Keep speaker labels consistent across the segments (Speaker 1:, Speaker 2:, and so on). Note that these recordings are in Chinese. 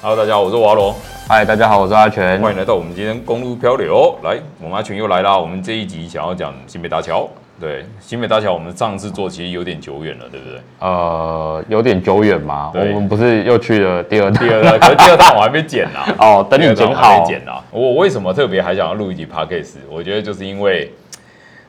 Speaker 1: Hello，大家好，我是瓦龙，
Speaker 2: 嗨，大家好，我是阿全。
Speaker 1: 欢迎来到我们今天公路漂流。来，我们阿群又来啦。我们这一集想要讲新北大桥。对，新北大桥，我们上次做其实有点久远了，对不对？
Speaker 2: 呃，有点久远嘛，我
Speaker 1: 对
Speaker 2: 们不是又去了第二
Speaker 1: 第
Speaker 2: 趟？
Speaker 1: 二段，可是第二段我还没剪呢、
Speaker 2: 哦，等
Speaker 1: 第
Speaker 2: 你
Speaker 1: 二段
Speaker 2: 剪
Speaker 1: 我还
Speaker 2: 好
Speaker 1: 没。剪呢、啊我为什么特别还想要录一集 podcast？我觉得就是因为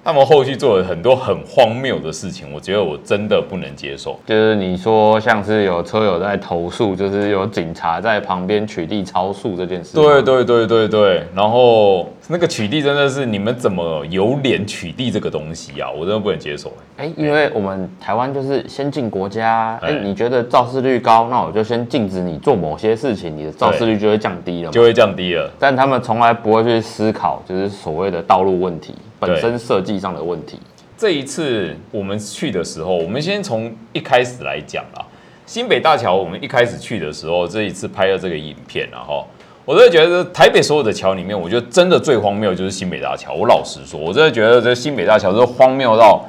Speaker 1: 他们后续做了很多很荒谬的事情，我觉得我真的不能接受。
Speaker 2: 就是你说像是有车友在投诉，就是有警察在旁边取缔超速这件事。
Speaker 1: 对，对对对对，然后那个取缔真的是你们怎么有脸取缔这个东西啊？我真的不能接受、
Speaker 2: 哎，因为我们台湾就是先进国家，哎
Speaker 1: 哎，
Speaker 2: 你觉得肇事率高，那我就先禁止你做某些事情，你的肇事率就会降低了嘛
Speaker 1: 就。会降低了。
Speaker 2: 但他们从来不会去思考，就是所谓的道路问题本
Speaker 1: 对
Speaker 2: 身设计上的问题。
Speaker 1: 这一次我们去的时候，我们先从一开始来讲啦。新北大桥，我们一开始去的时候，这一次拍的这个影片、啊，然后我真的觉得台北所有的桥里面，我觉得真的最荒谬就是新北大桥。我老实说，我真的觉得这新北大桥是荒谬到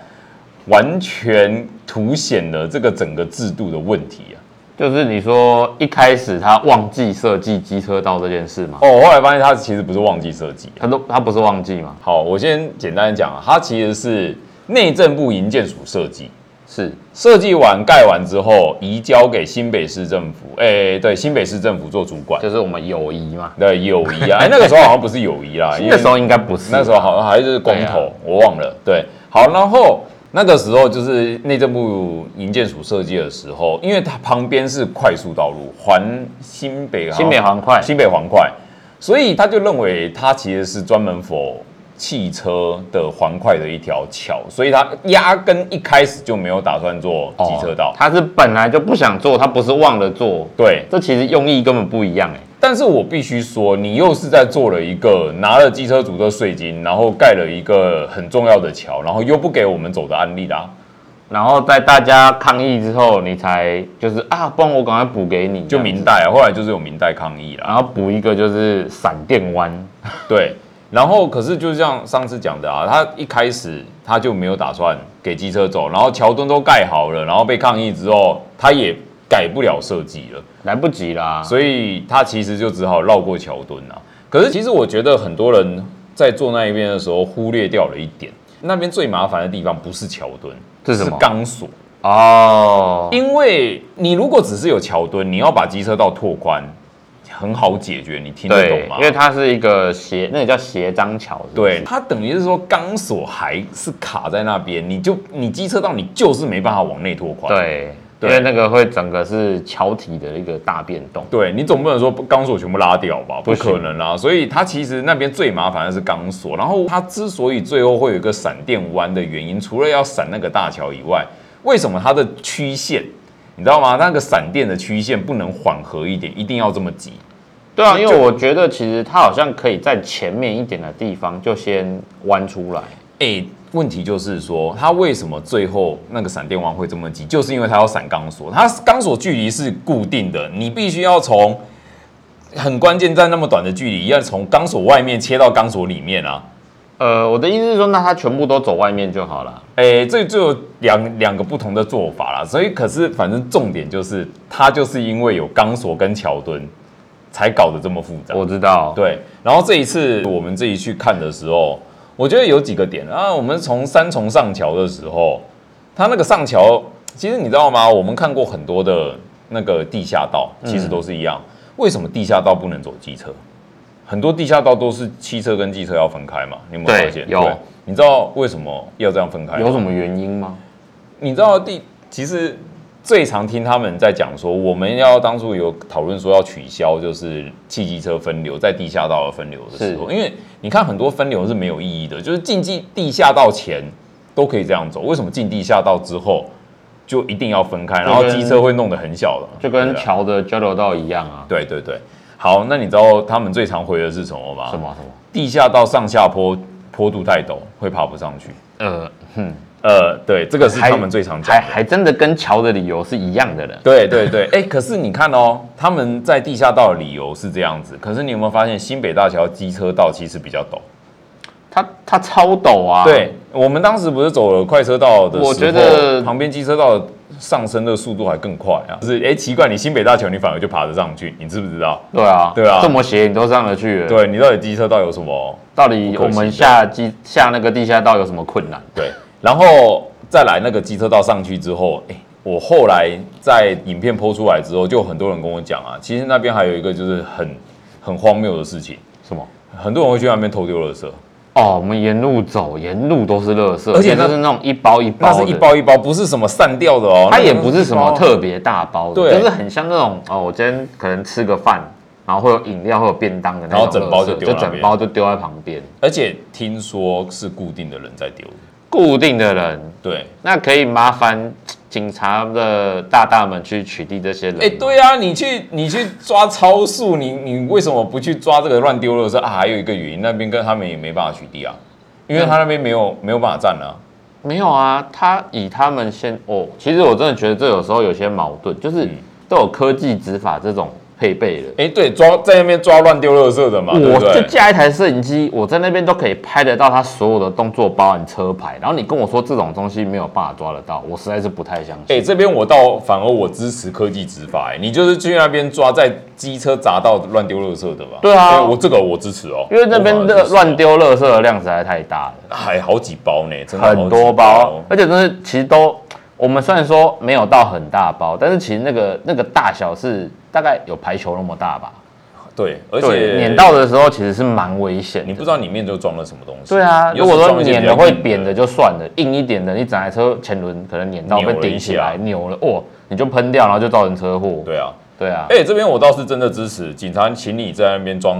Speaker 1: 完全凸显了这个整个制度的问题啊。
Speaker 2: 就是你说一开始他忘记设计机车道这件事嘛？
Speaker 1: 哦，我后来发现他其实不是忘记设计啊、
Speaker 2: 他都他不是忘记嘛？
Speaker 1: 好，我先简单讲啊，它其实是内政部营建署设计，
Speaker 2: 是
Speaker 1: 设计完盖完之后，移交给新北市政府，哎、对，新北市政府做主管。
Speaker 2: 就是我们友谊嘛？
Speaker 1: 对，友谊啊，哎、那个时候好像不是友谊 啦，因为
Speaker 2: 那时候应该不是，
Speaker 1: 那时候好像还是公投，我忘了。对，好，然后那个时候就是内政部营建署设计的时候，因为它旁边是快速道路，环新北
Speaker 2: 新北环快
Speaker 1: 新北环快，所以他就认为它其实是专门否汽车的环快的一条桥，所以他压根一开始就没有打算做
Speaker 2: 哦
Speaker 1: 机车道。
Speaker 2: 他是本来就不想做，他不是忘了做，
Speaker 1: 对，
Speaker 2: 这其实用意根本不一样哎、
Speaker 1: 但是我必须说，你又是在做了一个拿了机车族的税金，然后盖了一个很重要的桥，然后又不给我们走的案例啦，
Speaker 2: 然后在大家抗议之后，你才就是啊，不然我赶快补给你，
Speaker 1: 就
Speaker 2: 这样
Speaker 1: 明代啊，后来就是有明代抗议
Speaker 2: 然
Speaker 1: 啦，
Speaker 2: 后补一个就是闪电弯，
Speaker 1: 对。然后可是就像上次讲的啊，他一开始他就没有打算给机车走，然后桥墩都盖好了，然后被抗议之后，他也改不了设计了。
Speaker 2: 来不及啦、
Speaker 1: 所以他其实就只好绕过桥墩啊。可是其实我觉得很多人在坐那一边的时候忽略掉了一点，那边最麻烦的地方不是桥墩，
Speaker 2: 是什么
Speaker 1: 钢索。
Speaker 2: 哦，
Speaker 1: 因为你如果只是有桥墩，你要把机车道拓宽，很好解决，你听得
Speaker 2: 对
Speaker 1: 懂吗，
Speaker 2: 因？为它是一个斜，那个叫斜张桥，是不是
Speaker 1: 对，它等于是说钢索还是卡在那边，你就你机车道你就是没办法往内拓宽。
Speaker 2: 对，
Speaker 1: 对
Speaker 2: 因为那个会整个是桥体的一个大变动。
Speaker 1: 对你总不能说钢索全部拉掉吧？不
Speaker 2: 不行
Speaker 1: 可能啊！所以它其实那边最麻烦的是钢索，然后它之所以最后会有一个闪电弯的原因，除了要闪那个大桥以外，为什么它的曲线，你知道吗？那个闪电的曲线不能缓和一点，一定要这么急？
Speaker 2: 对啊，
Speaker 1: 就
Speaker 2: 因为我觉得其实它好像可以在前面一点的地方就先弯出来。
Speaker 1: 诶，问题就是说，它为什么最后那个闪电弯会这么急？就是因为它要闪钢索，它钢索距离是固定的，你必须要从很关键在那么短的距离，要从钢索外面切到钢索里面啊。
Speaker 2: 呃，我的意思是说，那它全部都走外面就好了。
Speaker 1: 诶，哎这就有两两个不同的做法啦，所以可是反正重点就是，它就是因为有钢索跟桥墩，才搞得这么复杂。
Speaker 2: 我知道，
Speaker 1: 对，然后这一次我们自己去看的时候，我觉得有几个点啊，我们从三重上桥的时候，它那个上桥，其实你知道吗？我们看过很多的那个地下道，其
Speaker 2: 嗯
Speaker 1: 实都是一样。为什么地下道不能走机车？很多地下道都是汽车跟机车要分开嘛，你有没有
Speaker 2: 对
Speaker 1: 发现？
Speaker 2: 有
Speaker 1: 对。你知道为什么要这样分开吗？
Speaker 2: 有什么原因吗？
Speaker 1: 你知道第其实最常听他们在讲说，我们要当初有讨论说要取消就是汽机车分流在地下道的分流的时候，因为你看很多分流是没有意义的，就是进地地下道前都可以这样走，为什么进地下道之后就一定要分开，然后
Speaker 2: 就跟
Speaker 1: 机车会弄得很小的，
Speaker 2: 就跟
Speaker 1: 对啊
Speaker 2: 桥的交流道一样啊。
Speaker 1: 对对对。好，那你知道他们最常回的是什么吗？
Speaker 2: 什？么什么？
Speaker 1: 地下道上下坡坡度太陡，会爬不上去。
Speaker 2: 呃，哼，
Speaker 1: 呃，对，这个是
Speaker 2: 还
Speaker 1: 他们最常讲
Speaker 2: 还
Speaker 1: 的。
Speaker 2: 还真的跟桥的理由是一样的了。
Speaker 1: 对对对，哎、可是你看哦，他们在地下道的理由是这样子，可是你有没有发现新北大桥机车道其实比较陡？
Speaker 2: 它它超陡啊。
Speaker 1: 对，我们当时不是走了快车道的时候，
Speaker 2: 我觉得
Speaker 1: 旁边机车道上升的速度还更快啊！就是哎、奇怪，你新北大桥你反而就爬得上去，你知不知道？
Speaker 2: 对啊，
Speaker 1: 对啊
Speaker 2: 这么斜你都上得去了，，
Speaker 1: 对你到底机车道有什么？
Speaker 2: 到底
Speaker 1: 不
Speaker 2: 我
Speaker 1: 可行
Speaker 2: 们
Speaker 1: 的
Speaker 2: 下机下那个地下道有什么困难？
Speaker 1: 对，然后再来那个机车道上去之后，哎、我后来在影片播出来之后，就有很多人跟我讲啊，其实那边还有一个就是很很荒谬的事情，
Speaker 2: 什么？
Speaker 1: 很多人会去那边偷丢垃圾，
Speaker 2: 哦，我们沿路走，沿路都是垃圾，
Speaker 1: 而且那
Speaker 2: 就是那种一包一包
Speaker 1: 那
Speaker 2: 的，
Speaker 1: 是一包一包，不是什么散掉的哦，
Speaker 2: 它
Speaker 1: 那
Speaker 2: 也
Speaker 1: 个
Speaker 2: 不是什么
Speaker 1: 一包
Speaker 2: 特别大包的，
Speaker 1: 对
Speaker 2: 就是很像那种哦，我今天可能吃个饭，然后会有饮料，会有便当的那种垃圾，
Speaker 1: 然后整包就丢
Speaker 2: 就
Speaker 1: 那
Speaker 2: 整
Speaker 1: 边
Speaker 2: 包就丢在旁边，
Speaker 1: 而且听说是固定的人在丢，
Speaker 2: 固定的人，
Speaker 1: 对，
Speaker 2: 那可以麻烦警察的大大们去取缔这些人。
Speaker 1: 哎、，对啊，你去你去抓超速，你你为什么不去抓这个乱丢垃圾啊？还有一个原因，那边跟他们也没办法取缔啊，因为他那边没有没有办法站啊。
Speaker 2: 没有啊，他以他们先哦，其实我真的觉得这有时候有些矛盾，
Speaker 1: 嗯
Speaker 2: 就是都有科技执法这种配备了。
Speaker 1: 哎、对，抓在那边抓乱丢垃圾的嘛，对
Speaker 2: 我
Speaker 1: 不
Speaker 2: 就
Speaker 1: 对？
Speaker 2: 架一台摄影机，我在那边都可以拍得到他所有的动作，包含车牌。然后你跟我说这种东西没有办法抓得到，我实在是不太相
Speaker 1: 哎、
Speaker 2: 信。
Speaker 1: 这边我倒反而我支持科技执法、哎，你就是去那边抓在机车匝道乱丢垃圾的吧？
Speaker 2: 对啊
Speaker 1: 哎我这个我支持哦，
Speaker 2: 因为那边
Speaker 1: 我反而
Speaker 2: 的
Speaker 1: 支持
Speaker 2: 乱丢垃圾的量实在太大了，
Speaker 1: 还好几包呢，真的
Speaker 2: 很多包，而且真是其实都，我们虽然说没有到很大包，但是其实那个那个大小是大概有排球那么大吧。
Speaker 1: 对，而
Speaker 2: 对，
Speaker 1: 且
Speaker 2: 碾到的时候其实是蛮危险
Speaker 1: 你
Speaker 2: 的。
Speaker 1: 不知道里面就装了什么东西。
Speaker 2: 对啊，
Speaker 1: 有
Speaker 2: 如
Speaker 1: 时
Speaker 2: 果
Speaker 1: 候
Speaker 2: 说
Speaker 1: 装一些
Speaker 2: 碾
Speaker 1: 比
Speaker 2: 的
Speaker 1: 较
Speaker 2: 会
Speaker 1: 硬
Speaker 2: 扁的就算了，硬一点的，你整台车前轮可能碾到
Speaker 1: 扭
Speaker 2: 被
Speaker 1: 了
Speaker 2: 顶
Speaker 1: 一
Speaker 2: 起
Speaker 1: 下
Speaker 2: 来扭了，哦，你就喷掉，然后就造成车祸。
Speaker 1: 对啊，
Speaker 2: 对啊，
Speaker 1: 哎、这边我倒是真的支持警察，请你在那边装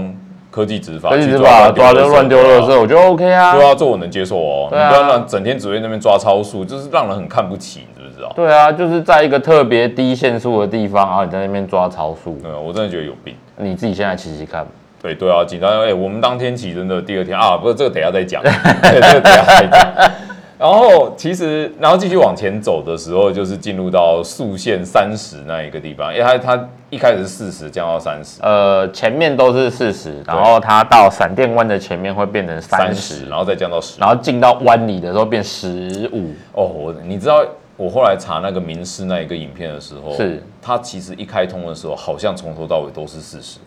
Speaker 1: 科技执法，
Speaker 2: 所以
Speaker 1: 去
Speaker 2: 是吧，抓
Speaker 1: 垃圾
Speaker 2: 就乱丢垃。圾，我觉得 OK 啊
Speaker 1: 对。啊，这我能接受哦。
Speaker 2: 对啊
Speaker 1: 你不要让整天只会那边抓超速，就是让人很看不起，你知不知道？
Speaker 2: 对啊，就是在一个特别低限速的地方，然后你在那边抓超速，
Speaker 1: 嗯，我真的觉得有病。
Speaker 2: 你自己现在骑骑看。
Speaker 1: 对对啊，警察哎、我们当天起真的第二天啊，不是这个等一下再讲，对，这个等一下再讲。然后其实，然后继续往前走的时候，就是进入到速线三十那一个地方，因为哎它它一开始是四十降到三十，
Speaker 2: 呃，前面都是四十，然后它到闪电弯的前面会变成三
Speaker 1: 三
Speaker 2: 十
Speaker 1: 十，，然后再降到十
Speaker 2: 然后进到弯里的时候变十五。
Speaker 1: 哦，我你知道我后来查那个民事那一个影片的时候，
Speaker 2: 是
Speaker 1: 它其实一开通的时候，好像从头到尾都是四十，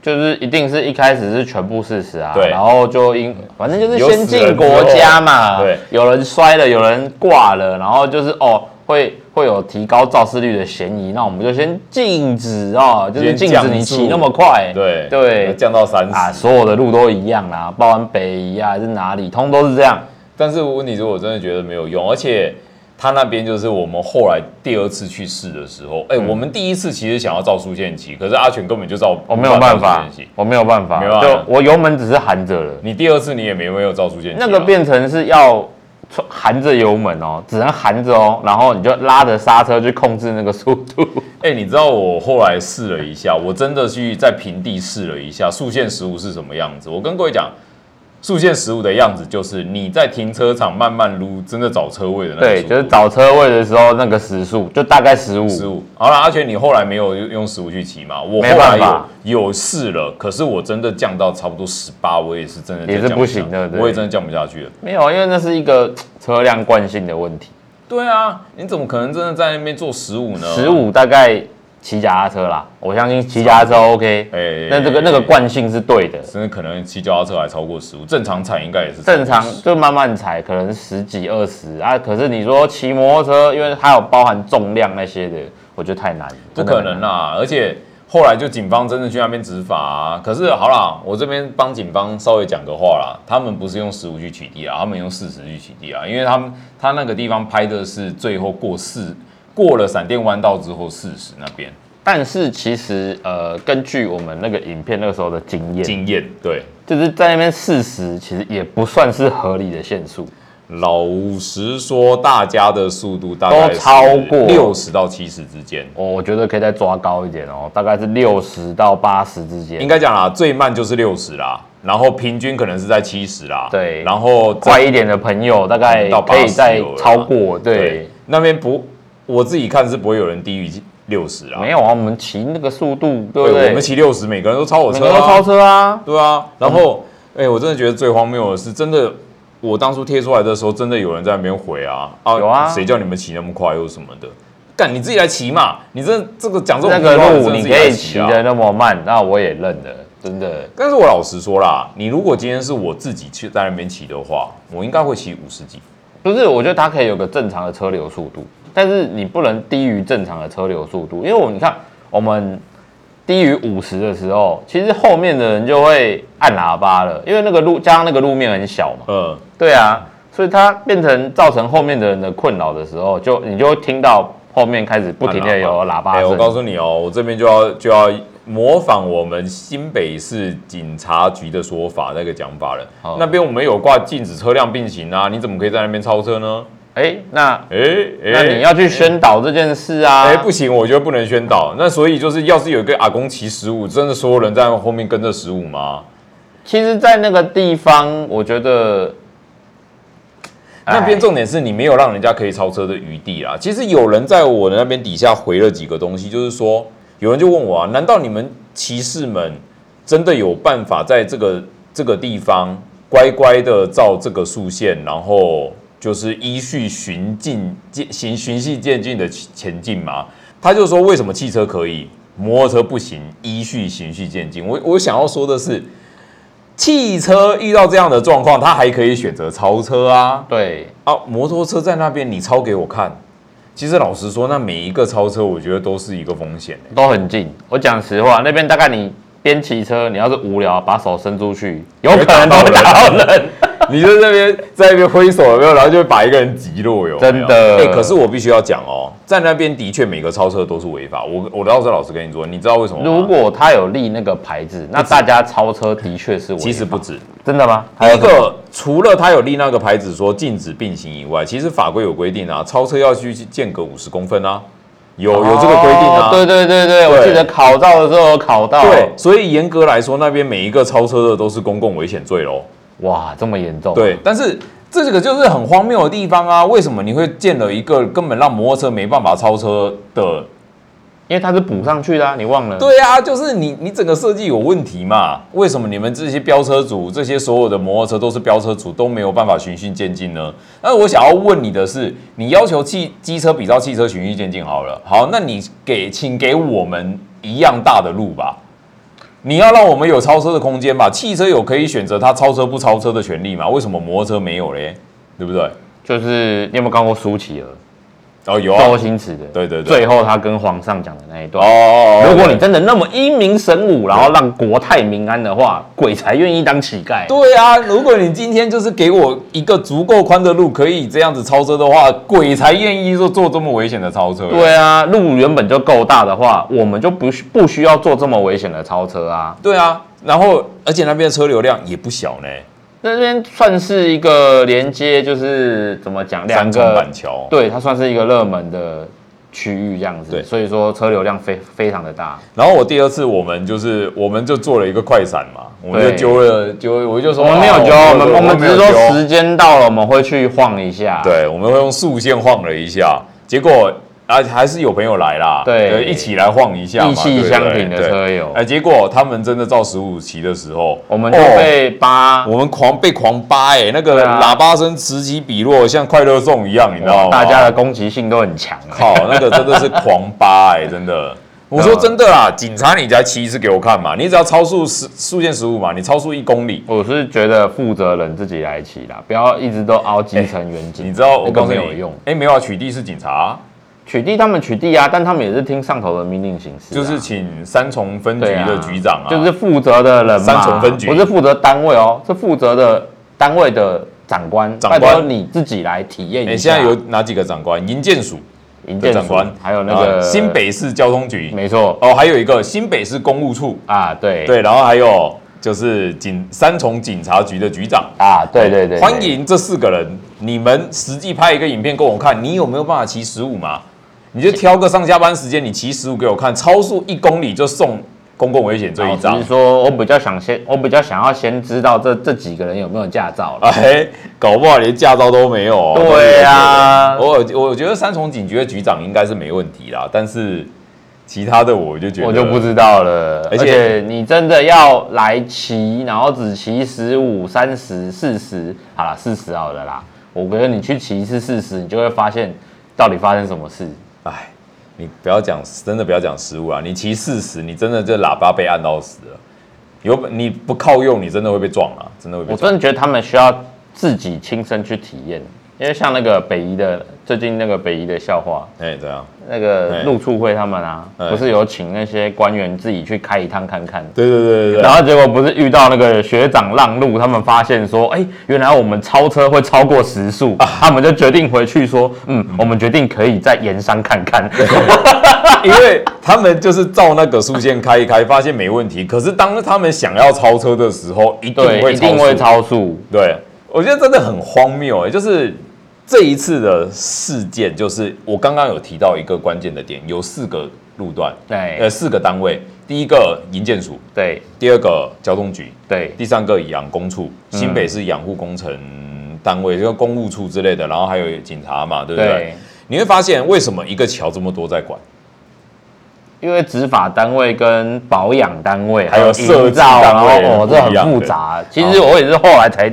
Speaker 2: 就是一定是一开始是全部事实啊，
Speaker 1: 对
Speaker 2: 然后就因反正就是
Speaker 1: 有
Speaker 2: 先
Speaker 1: 死人
Speaker 2: 进国家
Speaker 1: 之
Speaker 2: 嘛，
Speaker 1: 后对，
Speaker 2: 有人摔了，有人挂了，然后就是哦会会有提高肇事率的嫌疑，那我们就先禁止哦，就是禁止你骑那么快，
Speaker 1: 对
Speaker 2: 对
Speaker 1: 降到三十、
Speaker 2: 啊，所有的路都一样啦，包含北宜啊还是哪里，通都是这样，
Speaker 1: 但是问题是我真的觉得没有用，而且他那边就是我们后来第二次去试的时候，哎、
Speaker 2: 嗯
Speaker 1: 我们第一次其实想要照速限骑，可是阿全根本就照
Speaker 2: 我哦没有办
Speaker 1: 照
Speaker 2: 法
Speaker 1: 速限骑，
Speaker 2: 我没有办法，
Speaker 1: 没办法
Speaker 2: 就我油门只是含着了，
Speaker 1: 你第二次你也没没有照速限骑啊、
Speaker 2: 那个变成是要穿含着油门哦，只能含着哦，然后你就拉着刹车去控制那个速度。
Speaker 1: 哎、你知道我后来试了一下，我真的去在平地试了一下速限十五是什么样子。我跟各位讲，速限十五的样子就是你在停车场慢慢撸，真的找车位的那
Speaker 2: 对，就是找车位的时候那个时速就大概十五。
Speaker 1: 十五。好了，阿全，你后来没有用十五去骑嘛？我
Speaker 2: 没
Speaker 1: 后
Speaker 2: 办
Speaker 1: 来
Speaker 2: 法
Speaker 1: 有有试了，可是我真的降到差不多十八，我也是真的
Speaker 2: 也是
Speaker 1: 降
Speaker 2: 不
Speaker 1: 下
Speaker 2: 行的对
Speaker 1: 我也真的降不下去了。
Speaker 2: 没有，因为那是一个嘖车辆惯性的问题。
Speaker 1: 对啊，你怎么可能真的在那边做十五呢？
Speaker 2: 十五大概骑脚踏车啦，我相信骑脚踏车 OK。
Speaker 1: 哎
Speaker 2: 那这个那个惯性是对的，
Speaker 1: 真的可能骑脚踏车还超过十五，正常踩应该也是超过
Speaker 2: 正常
Speaker 1: 15
Speaker 2: 就慢慢踩，可能十几二十啊。可是你说骑摩托车，因为它有包含重量那些的，我觉得太难了，
Speaker 1: 不
Speaker 2: 真的
Speaker 1: 可
Speaker 2: 很难
Speaker 1: 能啊啦！而且后来就警方真的去那边执法、啊，可是好啦，我这边帮警方稍微讲个话啦，他们不是用十五去取缔啊，他们用四十去取缔啊，因为他们他那个地方拍的是最后过四过了闪电弯道之后四十那边
Speaker 2: 但是其实呃，根据我们那个影片那个时候的经验，
Speaker 1: 经验，对，
Speaker 2: 就是在那边四十，其实也不算是合理的限速。
Speaker 1: 老实说，大家的速度大概
Speaker 2: 都超过
Speaker 1: 六十到七十之间。
Speaker 2: 我我觉得可以再抓高一点哦，大概是六十到八十之间，
Speaker 1: 应
Speaker 2: 该
Speaker 1: 该讲啦，最慢就是六十啦，然后平均可能是在七十啦，
Speaker 2: 对
Speaker 1: 然后再
Speaker 2: 快一点的朋友大概
Speaker 1: 嗯到
Speaker 2: 可以
Speaker 1: 80
Speaker 2: 再
Speaker 1: 有了啦
Speaker 2: 超过，对
Speaker 1: 对，，那边不，我自己看是不会有人低于六十啊。
Speaker 2: 没有啊，我们骑那个速度，对不
Speaker 1: 对，
Speaker 2: 对？
Speaker 1: 我们骑六十，每个人都超我
Speaker 2: 每
Speaker 1: 车、
Speaker 2: 个
Speaker 1: 啊，
Speaker 2: 都超车嗯啊，
Speaker 1: 对啊。然后，哎、我真的觉得最荒谬的是，真的，我当初贴出来的时候，真的有人在那边回啊啊，
Speaker 2: 有啊
Speaker 1: 谁叫你们骑那么快又什么的？干你自己来骑嘛，你这这个讲这种
Speaker 2: 那个
Speaker 1: 屁话
Speaker 2: 路
Speaker 1: 真的
Speaker 2: 你
Speaker 1: 自己
Speaker 2: 可
Speaker 1: 来
Speaker 2: 以
Speaker 1: 骑
Speaker 2: 骑
Speaker 1: 啊
Speaker 2: 的那么慢，那我也认了，真的。
Speaker 1: 但是我老实说啦，你如果今天是我自己去在那边骑的话，我应该会骑五十几。
Speaker 2: 不是，我觉得它可以有个正常的车流速度，但是你不能低于正常的车流速度，因为我们你看我们低于五十的时候，其实后面的人就会按喇叭了，因为那个路加上那个路面很小嘛，
Speaker 1: 嗯，
Speaker 2: 对啊，所以它变成造成后面的人的困扰的时候，就你就会听到后面开始不停的有喇叭
Speaker 1: 哎、我
Speaker 2: 声。
Speaker 1: 告诉你哦，我这边就要就要模仿我们新北市警察局的说法那个讲法了。
Speaker 2: 好
Speaker 1: 那边我们有挂禁止车辆并行啊，你怎么可以在那边超车 呢？
Speaker 2: 哎、那
Speaker 1: 哎、哎
Speaker 2: 那你要去宣导这件事啊！
Speaker 1: 哎、不行，我觉得不能宣导。那所以就是，要是有一个阿公骑十五，真的所有人在后面跟着十五吗？
Speaker 2: 其实，在那个地方，我觉得
Speaker 1: 那边
Speaker 2: 哎
Speaker 1: 重点是你没有让人家可以超车的余地啦。其实有人在我的那边底下回了几个东西，就是说有人就问我啊，难道你们骑士们真的有办法在这个这个地方乖乖的照这个速线，然后就是依序循进渐循循序渐进的前进吗？他就说为什么汽车可以，摩托车不行，依序循序渐进。我我想要说的是。汽车遇到这样的状况，它还可以选择超车啊。
Speaker 2: 对，
Speaker 1: 啊，摩托车在那边你超给我看。其实老实说，那每一个超车，我觉得都是一个风 险、欸。
Speaker 2: 都很近。我讲实话，那边大概你边骑车，你要是无聊，把手伸出去，有可能都会打到人。
Speaker 1: 你就在那边在那边挥手有没有？然后就会把一个人击落有没有
Speaker 2: 真的
Speaker 1: 哎、可是我必须要讲哦，在那边的确每个超车都是违法。我我到时候老实跟你说，你知道为什么
Speaker 2: 如
Speaker 1: 吗？
Speaker 2: 果他有立那个牌子，那大家超车的确是违法。
Speaker 1: 其实不止，
Speaker 2: 真的吗？
Speaker 1: 第一个，除了他有立那个牌子说禁止并行以外，其实法规有规定啊，超车要去间隔五十公分啊，有有这个规定啊。
Speaker 2: 哦对对对对，我
Speaker 1: 对
Speaker 2: 记得考照的时候有考到。
Speaker 1: 对，，所以严格来说，那边每一个超车的都是公共危险罪喽。
Speaker 2: 哇，这么严重？，啊
Speaker 1: 对，但是这个就是很荒谬的地方啊！为什么你会建了一个根本让摩托车没办法超车的？
Speaker 2: 因为他是补上去的、啊，你忘了？
Speaker 1: 对啊，就是你你整个设计有问题嘛？为什么你们这些飙车族、这些所有的摩托车都是飙车族都没有办法循序渐进呢？那我想要问你的是，你要求汽机车比照汽车循序渐进好了，好，那你给请给我们一样大的路吧。你要让我们有超车的空间吧？汽车有可以选择它超车不超车的权利嘛？为什么摩托车没有嘞？对不对？
Speaker 2: 就是你有没有看过舒淇儿
Speaker 1: 哦，有啊，
Speaker 2: 周
Speaker 1: 哦
Speaker 2: 星驰的？
Speaker 1: 对对对
Speaker 2: 最后他跟皇上讲的那一段。
Speaker 1: 哦，哦
Speaker 2: 如果你真的那么英明神武，然后让国泰民安的话，鬼才愿意当乞丐。
Speaker 1: 对啊，如果你今天就是给我一个足够宽的路，可以这样子超车的话，鬼才愿意说做这么危险的超车。，
Speaker 2: 对啊，路原本就够大的话，我们就不需不需要做这么危险的超车啊。
Speaker 1: 对啊，然后而且那边的车流量也不小呢，
Speaker 2: 那边算是一个连接，就是怎么讲，两
Speaker 1: 三重
Speaker 2: 个
Speaker 1: 板桥。
Speaker 2: 对它算是一个热门的区域这样
Speaker 1: 对
Speaker 2: 子，所以说车流量非非常的大。
Speaker 1: 然后我第二次我们就是我们就做了一个快闪嘛，我们就
Speaker 2: 对
Speaker 1: 揪了揪，我就说
Speaker 2: 我们没有
Speaker 1: 啊
Speaker 2: 揪，我们我们只
Speaker 1: 没有
Speaker 2: 是说
Speaker 1: 揪
Speaker 2: 时间到了，我们会去晃一下。
Speaker 1: 对，我们会用速线晃了一下，结果啊还是有朋友来啦，
Speaker 2: 对
Speaker 1: 呃一起来晃一下嘛，
Speaker 2: 意气
Speaker 1: 对
Speaker 2: 相挺的
Speaker 1: 对对
Speaker 2: 车友
Speaker 1: 哎，结果他们真的照十五骑的时候，
Speaker 2: 我们就
Speaker 1: 哦
Speaker 2: 被扒，
Speaker 1: 我们狂被狂扒哎、那个
Speaker 2: 对啊
Speaker 1: 喇叭声此起彼落，像快乐颂一样，你知道吗？
Speaker 2: 大家的攻击性都很强啊。
Speaker 1: 靠，那个真的是狂扒哎、 真的。我说真的啦，警察你才骑一次给我看嘛，你只要超速十速限十五嘛，你超速一公里，
Speaker 2: 我是觉得负责人自己来骑啦，不要一直都凹基层远景、
Speaker 1: 哎你知道我
Speaker 2: 那
Speaker 1: 告
Speaker 2: 个
Speaker 1: 诉
Speaker 2: 没
Speaker 1: 你
Speaker 2: 有用。
Speaker 1: 哎、没有啊，取缔是警察啊、
Speaker 2: 取缔他们取缔啊，但他们也是听上头的命令行事啊、
Speaker 1: 就是请三重分局
Speaker 2: 对啊
Speaker 1: 的局长啊，
Speaker 2: 就是负责的人嘛，
Speaker 1: 三重分局
Speaker 2: 不是负责单位哦，是负责的单位的长官。
Speaker 1: 长官
Speaker 2: 拜托你自己来体验
Speaker 1: 哎、
Speaker 2: 一
Speaker 1: 现
Speaker 2: 下。
Speaker 1: 在有哪几个长官？营建署
Speaker 2: 营
Speaker 1: 的
Speaker 2: 建
Speaker 1: 长
Speaker 2: 署
Speaker 1: 官，，
Speaker 2: 还有那个
Speaker 1: 啊新，北市交通局，
Speaker 2: 没错
Speaker 1: 哦，还有一个新北市公务处，
Speaker 2: 啊，对
Speaker 1: 对，然后还有就是警三重警察局的局长。
Speaker 2: 啊，对对对，
Speaker 1: 哦欢迎这四个人，你们实际拍一个影片给我看，你有没有办法骑十五嘛？你就挑个上下班时间，你骑十五给我看，超速一公里就送公共危险罪一
Speaker 2: 只
Speaker 1: 张
Speaker 2: 是。说我比较想先，我比较想要先知道这这几个人有没有驾照了。
Speaker 1: 哎，搞不好连驾照都没有、哦。
Speaker 2: 对啊
Speaker 1: 我我我觉得三重警局的局长应该是没问题啦，但是其他的我就觉得
Speaker 2: 我就不知道了。
Speaker 1: 而
Speaker 2: 而
Speaker 1: 且
Speaker 2: 且你真的要来骑，然后只骑十五、三十、四十，好了，四十好了啦。我觉得你去骑一次四十，你就会发现到底发生什么事。
Speaker 1: 哎，你不要讲，真的不要讲失误啊！你骑四十，你真的这喇叭被按到死了，有本你不靠用，你真的会被撞啊！真的会被
Speaker 2: 我
Speaker 1: 撞。
Speaker 2: 真的觉得他们需要自己亲身去体验，因为像那个北宜的最近那个北宜的笑话，
Speaker 1: 哎，对啊，
Speaker 2: 那个
Speaker 1: 哎
Speaker 2: 陆处会他们啊，
Speaker 1: 哎
Speaker 2: 不是有请那些官员自己去开一趟看看。
Speaker 1: 对对对对啊
Speaker 2: 然
Speaker 1: 对，
Speaker 2: 后结果不是遇到那个学长让路，他们发现说，哎，原来我们超车会超过时速，
Speaker 1: 啊
Speaker 2: 他们就决定回去说，嗯，我们决定可以在盐山看看。
Speaker 1: 因为他们就是照那个速线开一开，发现没问题。可是当他们想要超车的时候，一定
Speaker 2: 对，
Speaker 1: 会
Speaker 2: 一
Speaker 1: 超
Speaker 2: 定会
Speaker 1: 速。
Speaker 2: 超速。
Speaker 1: 对，我觉得真的很荒谬哎、就是这一次的事件，就是我刚刚有提到一个关键的点，有四个路段，
Speaker 2: 对
Speaker 1: 呃，四个单位，第一个营建署，
Speaker 2: 对
Speaker 1: 第二个交通局，
Speaker 2: 对
Speaker 1: 第三个养工处，新北市养护工程单位，就公务处之类的，然后还有警察嘛，对不对？
Speaker 2: 对，
Speaker 1: 你会发现为什么一个桥这么多在管，
Speaker 2: 因为执法单位跟保养单位
Speaker 1: 还有
Speaker 2: 营
Speaker 1: 设计
Speaker 2: 造，然
Speaker 1: 单
Speaker 2: 后
Speaker 1: 位
Speaker 2: 哦，
Speaker 1: 不
Speaker 2: 这
Speaker 1: 一样
Speaker 2: 很复
Speaker 1: 的
Speaker 2: 杂。其实我也是后来才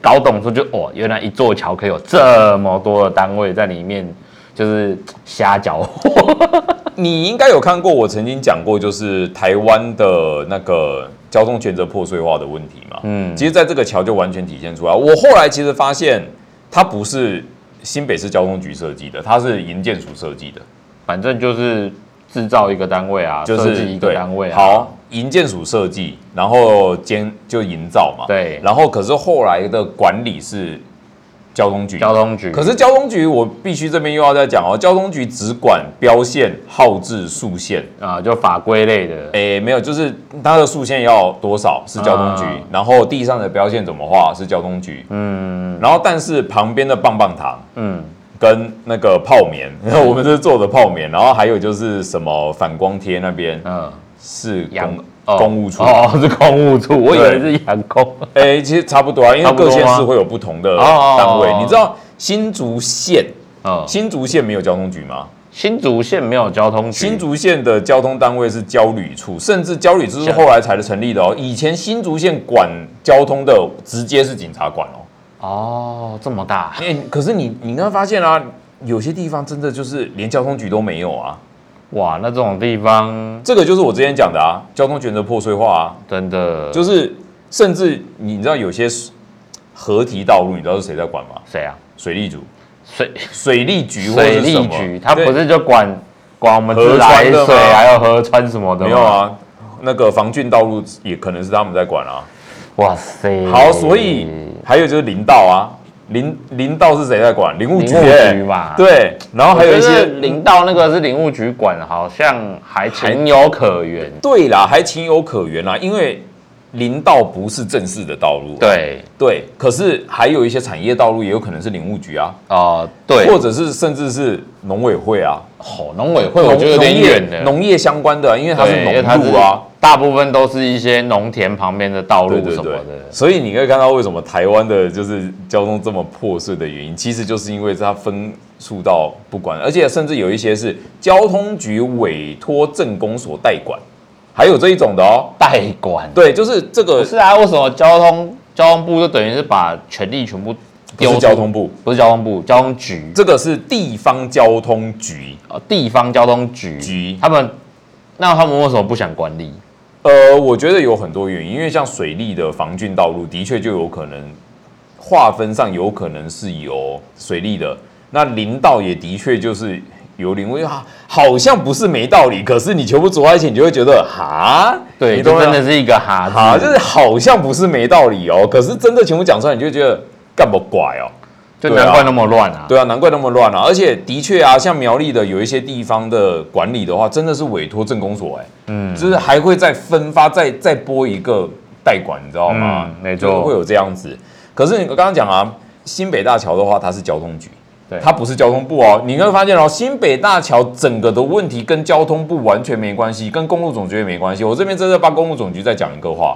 Speaker 2: 搞懂说，就哦，原来一座桥可以有这么多的单位在里面，就是瞎搅和。
Speaker 1: 你应该有看过，我曾经讲过，就是台湾的那个交通权责破碎化的问题嘛。
Speaker 2: 嗯
Speaker 1: 嗯，其实在这个桥就完全体现出来。我后来其实发现，它不是新北市交通局设计的，它是营建署设计的，
Speaker 2: 反正就是制造一个单位啊，
Speaker 1: 就
Speaker 2: 设
Speaker 1: 是
Speaker 2: 计一个单位啊。
Speaker 1: 对，好，营建署设计，然后监就营造嘛。
Speaker 2: 对
Speaker 1: 然后可是后来的管理是交通局。
Speaker 2: 交通局
Speaker 1: 可是交通局，我必须这边又要再讲哦，交通局只管标线、号志、速线。
Speaker 2: 啊、就法规类的，
Speaker 1: 诶，没有，就是它的速线要多少是交通局，
Speaker 2: 啊
Speaker 1: 然后地上的标线怎么画是交通局，
Speaker 2: 嗯
Speaker 1: 然后但是旁边的棒棒糖
Speaker 2: 嗯，
Speaker 1: 跟那个泡棉， 我们是做的泡棉，然后还有就是什么反光贴那边
Speaker 2: 嗯，
Speaker 1: 是
Speaker 2: 养
Speaker 1: 公、
Speaker 2: 哦
Speaker 1: 公务处，诶，
Speaker 2: 哦，是 公务处，我以为是养工。
Speaker 1: 其实差不多啊，因
Speaker 2: 差
Speaker 1: 为
Speaker 2: 不多
Speaker 1: 各
Speaker 2: 吗
Speaker 1: 县市会有不同的
Speaker 2: 哦哦哦
Speaker 1: 单位，
Speaker 2: 哦
Speaker 1: 你知道新竹县，
Speaker 2: 嗯，
Speaker 1: 新竹县没有交通局吗？
Speaker 2: 新竹县没有交通局，
Speaker 1: 新竹县的交通单位是交旅处，甚至交旅处是
Speaker 2: 是
Speaker 1: 后来才成立的哦。以前新竹县管交通的直接是警察管哦。
Speaker 2: 哦，这么大，
Speaker 1: 哎、可是你你刚刚发现啊，有些地方真的就是连交通局都没有啊。
Speaker 2: 哇，那这种地方
Speaker 1: 这个就是我之前讲的啊，交通权的破碎化啊，
Speaker 2: 真的
Speaker 1: 就是甚至你知道有些河堤道路，你知道是谁在管吗？
Speaker 2: 谁啊？
Speaker 1: 水利组、
Speaker 2: 水
Speaker 1: 水利局或者
Speaker 2: 水
Speaker 1: 是什
Speaker 2: 利
Speaker 1: 么
Speaker 2: 局，他
Speaker 1: 对
Speaker 2: 不是就管管我们自
Speaker 1: 河
Speaker 2: 来
Speaker 1: 川的吗
Speaker 2: 水还有河川什么的
Speaker 1: 没
Speaker 2: 吗
Speaker 1: 有？啊？那个防汛道路也可能是他们在管啊。
Speaker 2: 哇塞！
Speaker 1: 好，所以还有就是林道啊，林林道是谁在管？林务局、
Speaker 2: 林务
Speaker 1: 欸，
Speaker 2: 局嘛
Speaker 1: 对，然后还
Speaker 2: 还
Speaker 1: 有
Speaker 2: 有
Speaker 1: 一
Speaker 2: 一
Speaker 1: 些
Speaker 2: 些领导那个是林务局管，好像还情有可原。
Speaker 1: 对啦，还情有可原啦，因为林道不是正式的道路，啊
Speaker 2: 对，
Speaker 1: 对，可是还有一些产业道路也有可能是林务局啊，
Speaker 2: 哦，对，
Speaker 1: 或者是甚至是农委会啊，
Speaker 2: 哦，农委会我
Speaker 1: 农
Speaker 2: 觉得有点
Speaker 1: 农业
Speaker 2: 远了，
Speaker 1: 农业相关的啊，因为它
Speaker 2: 对
Speaker 1: 是
Speaker 2: 因为它
Speaker 1: 农路啊。，
Speaker 2: 大部分都是一些农田旁边的道
Speaker 1: 对
Speaker 2: 路
Speaker 1: 对
Speaker 2: 什么
Speaker 1: 对
Speaker 2: 的，。
Speaker 1: 所以你可以看到为什么台湾的就是交通这么破碎的原因，其实就是因为它分数到不管，而且甚至有一些是交通局委托政工所代管，还有这一种的哦。
Speaker 2: 代管
Speaker 1: 对，就是这
Speaker 2: 不
Speaker 1: 个
Speaker 2: 是啊，为什么交通交通部就等于是把权力全部
Speaker 1: 不
Speaker 2: 丢
Speaker 1: 是
Speaker 2: 出
Speaker 1: 交通部，
Speaker 2: 不是交通部交通局
Speaker 1: 这个是地方交通局。
Speaker 2: 呃地方交通局
Speaker 1: 局
Speaker 2: 他们那他们为什么不想管理？
Speaker 1: 呃，我觉得有很多原因，因为像水利的防汛道路，的确就有可能划分上有可能是有水利的，那林道也的确就是有林，因为它好像不是没道理，可是你全部组在一起，你就会觉得哈，
Speaker 2: 对，
Speaker 1: 你懂
Speaker 2: 这
Speaker 1: 吗
Speaker 2: 真的是一个哈字
Speaker 1: 哈，就是好像不是没道理哦，可是真的全部讲出来，你就觉得干不拐哦。
Speaker 2: 就
Speaker 1: 对啊
Speaker 2: 难怪那么乱啊。
Speaker 1: 对啊，难怪那么乱啊！而且的确啊，像苗栗的有一些地方的管理的话，真的是委托政工所哎、嗯，就是还会再分发，再再拨一个代管，你知道吗？
Speaker 2: 嗯没错
Speaker 1: 就是会有这样子。可是你刚刚讲啊，新北大桥的话，它是交通局。
Speaker 2: 对
Speaker 1: 它不是交通部哦，你会发现哦，新北大桥整个的问题跟交通部完全没关系，跟公路总局也没关系。我这边真的帮公路总局再讲一个话，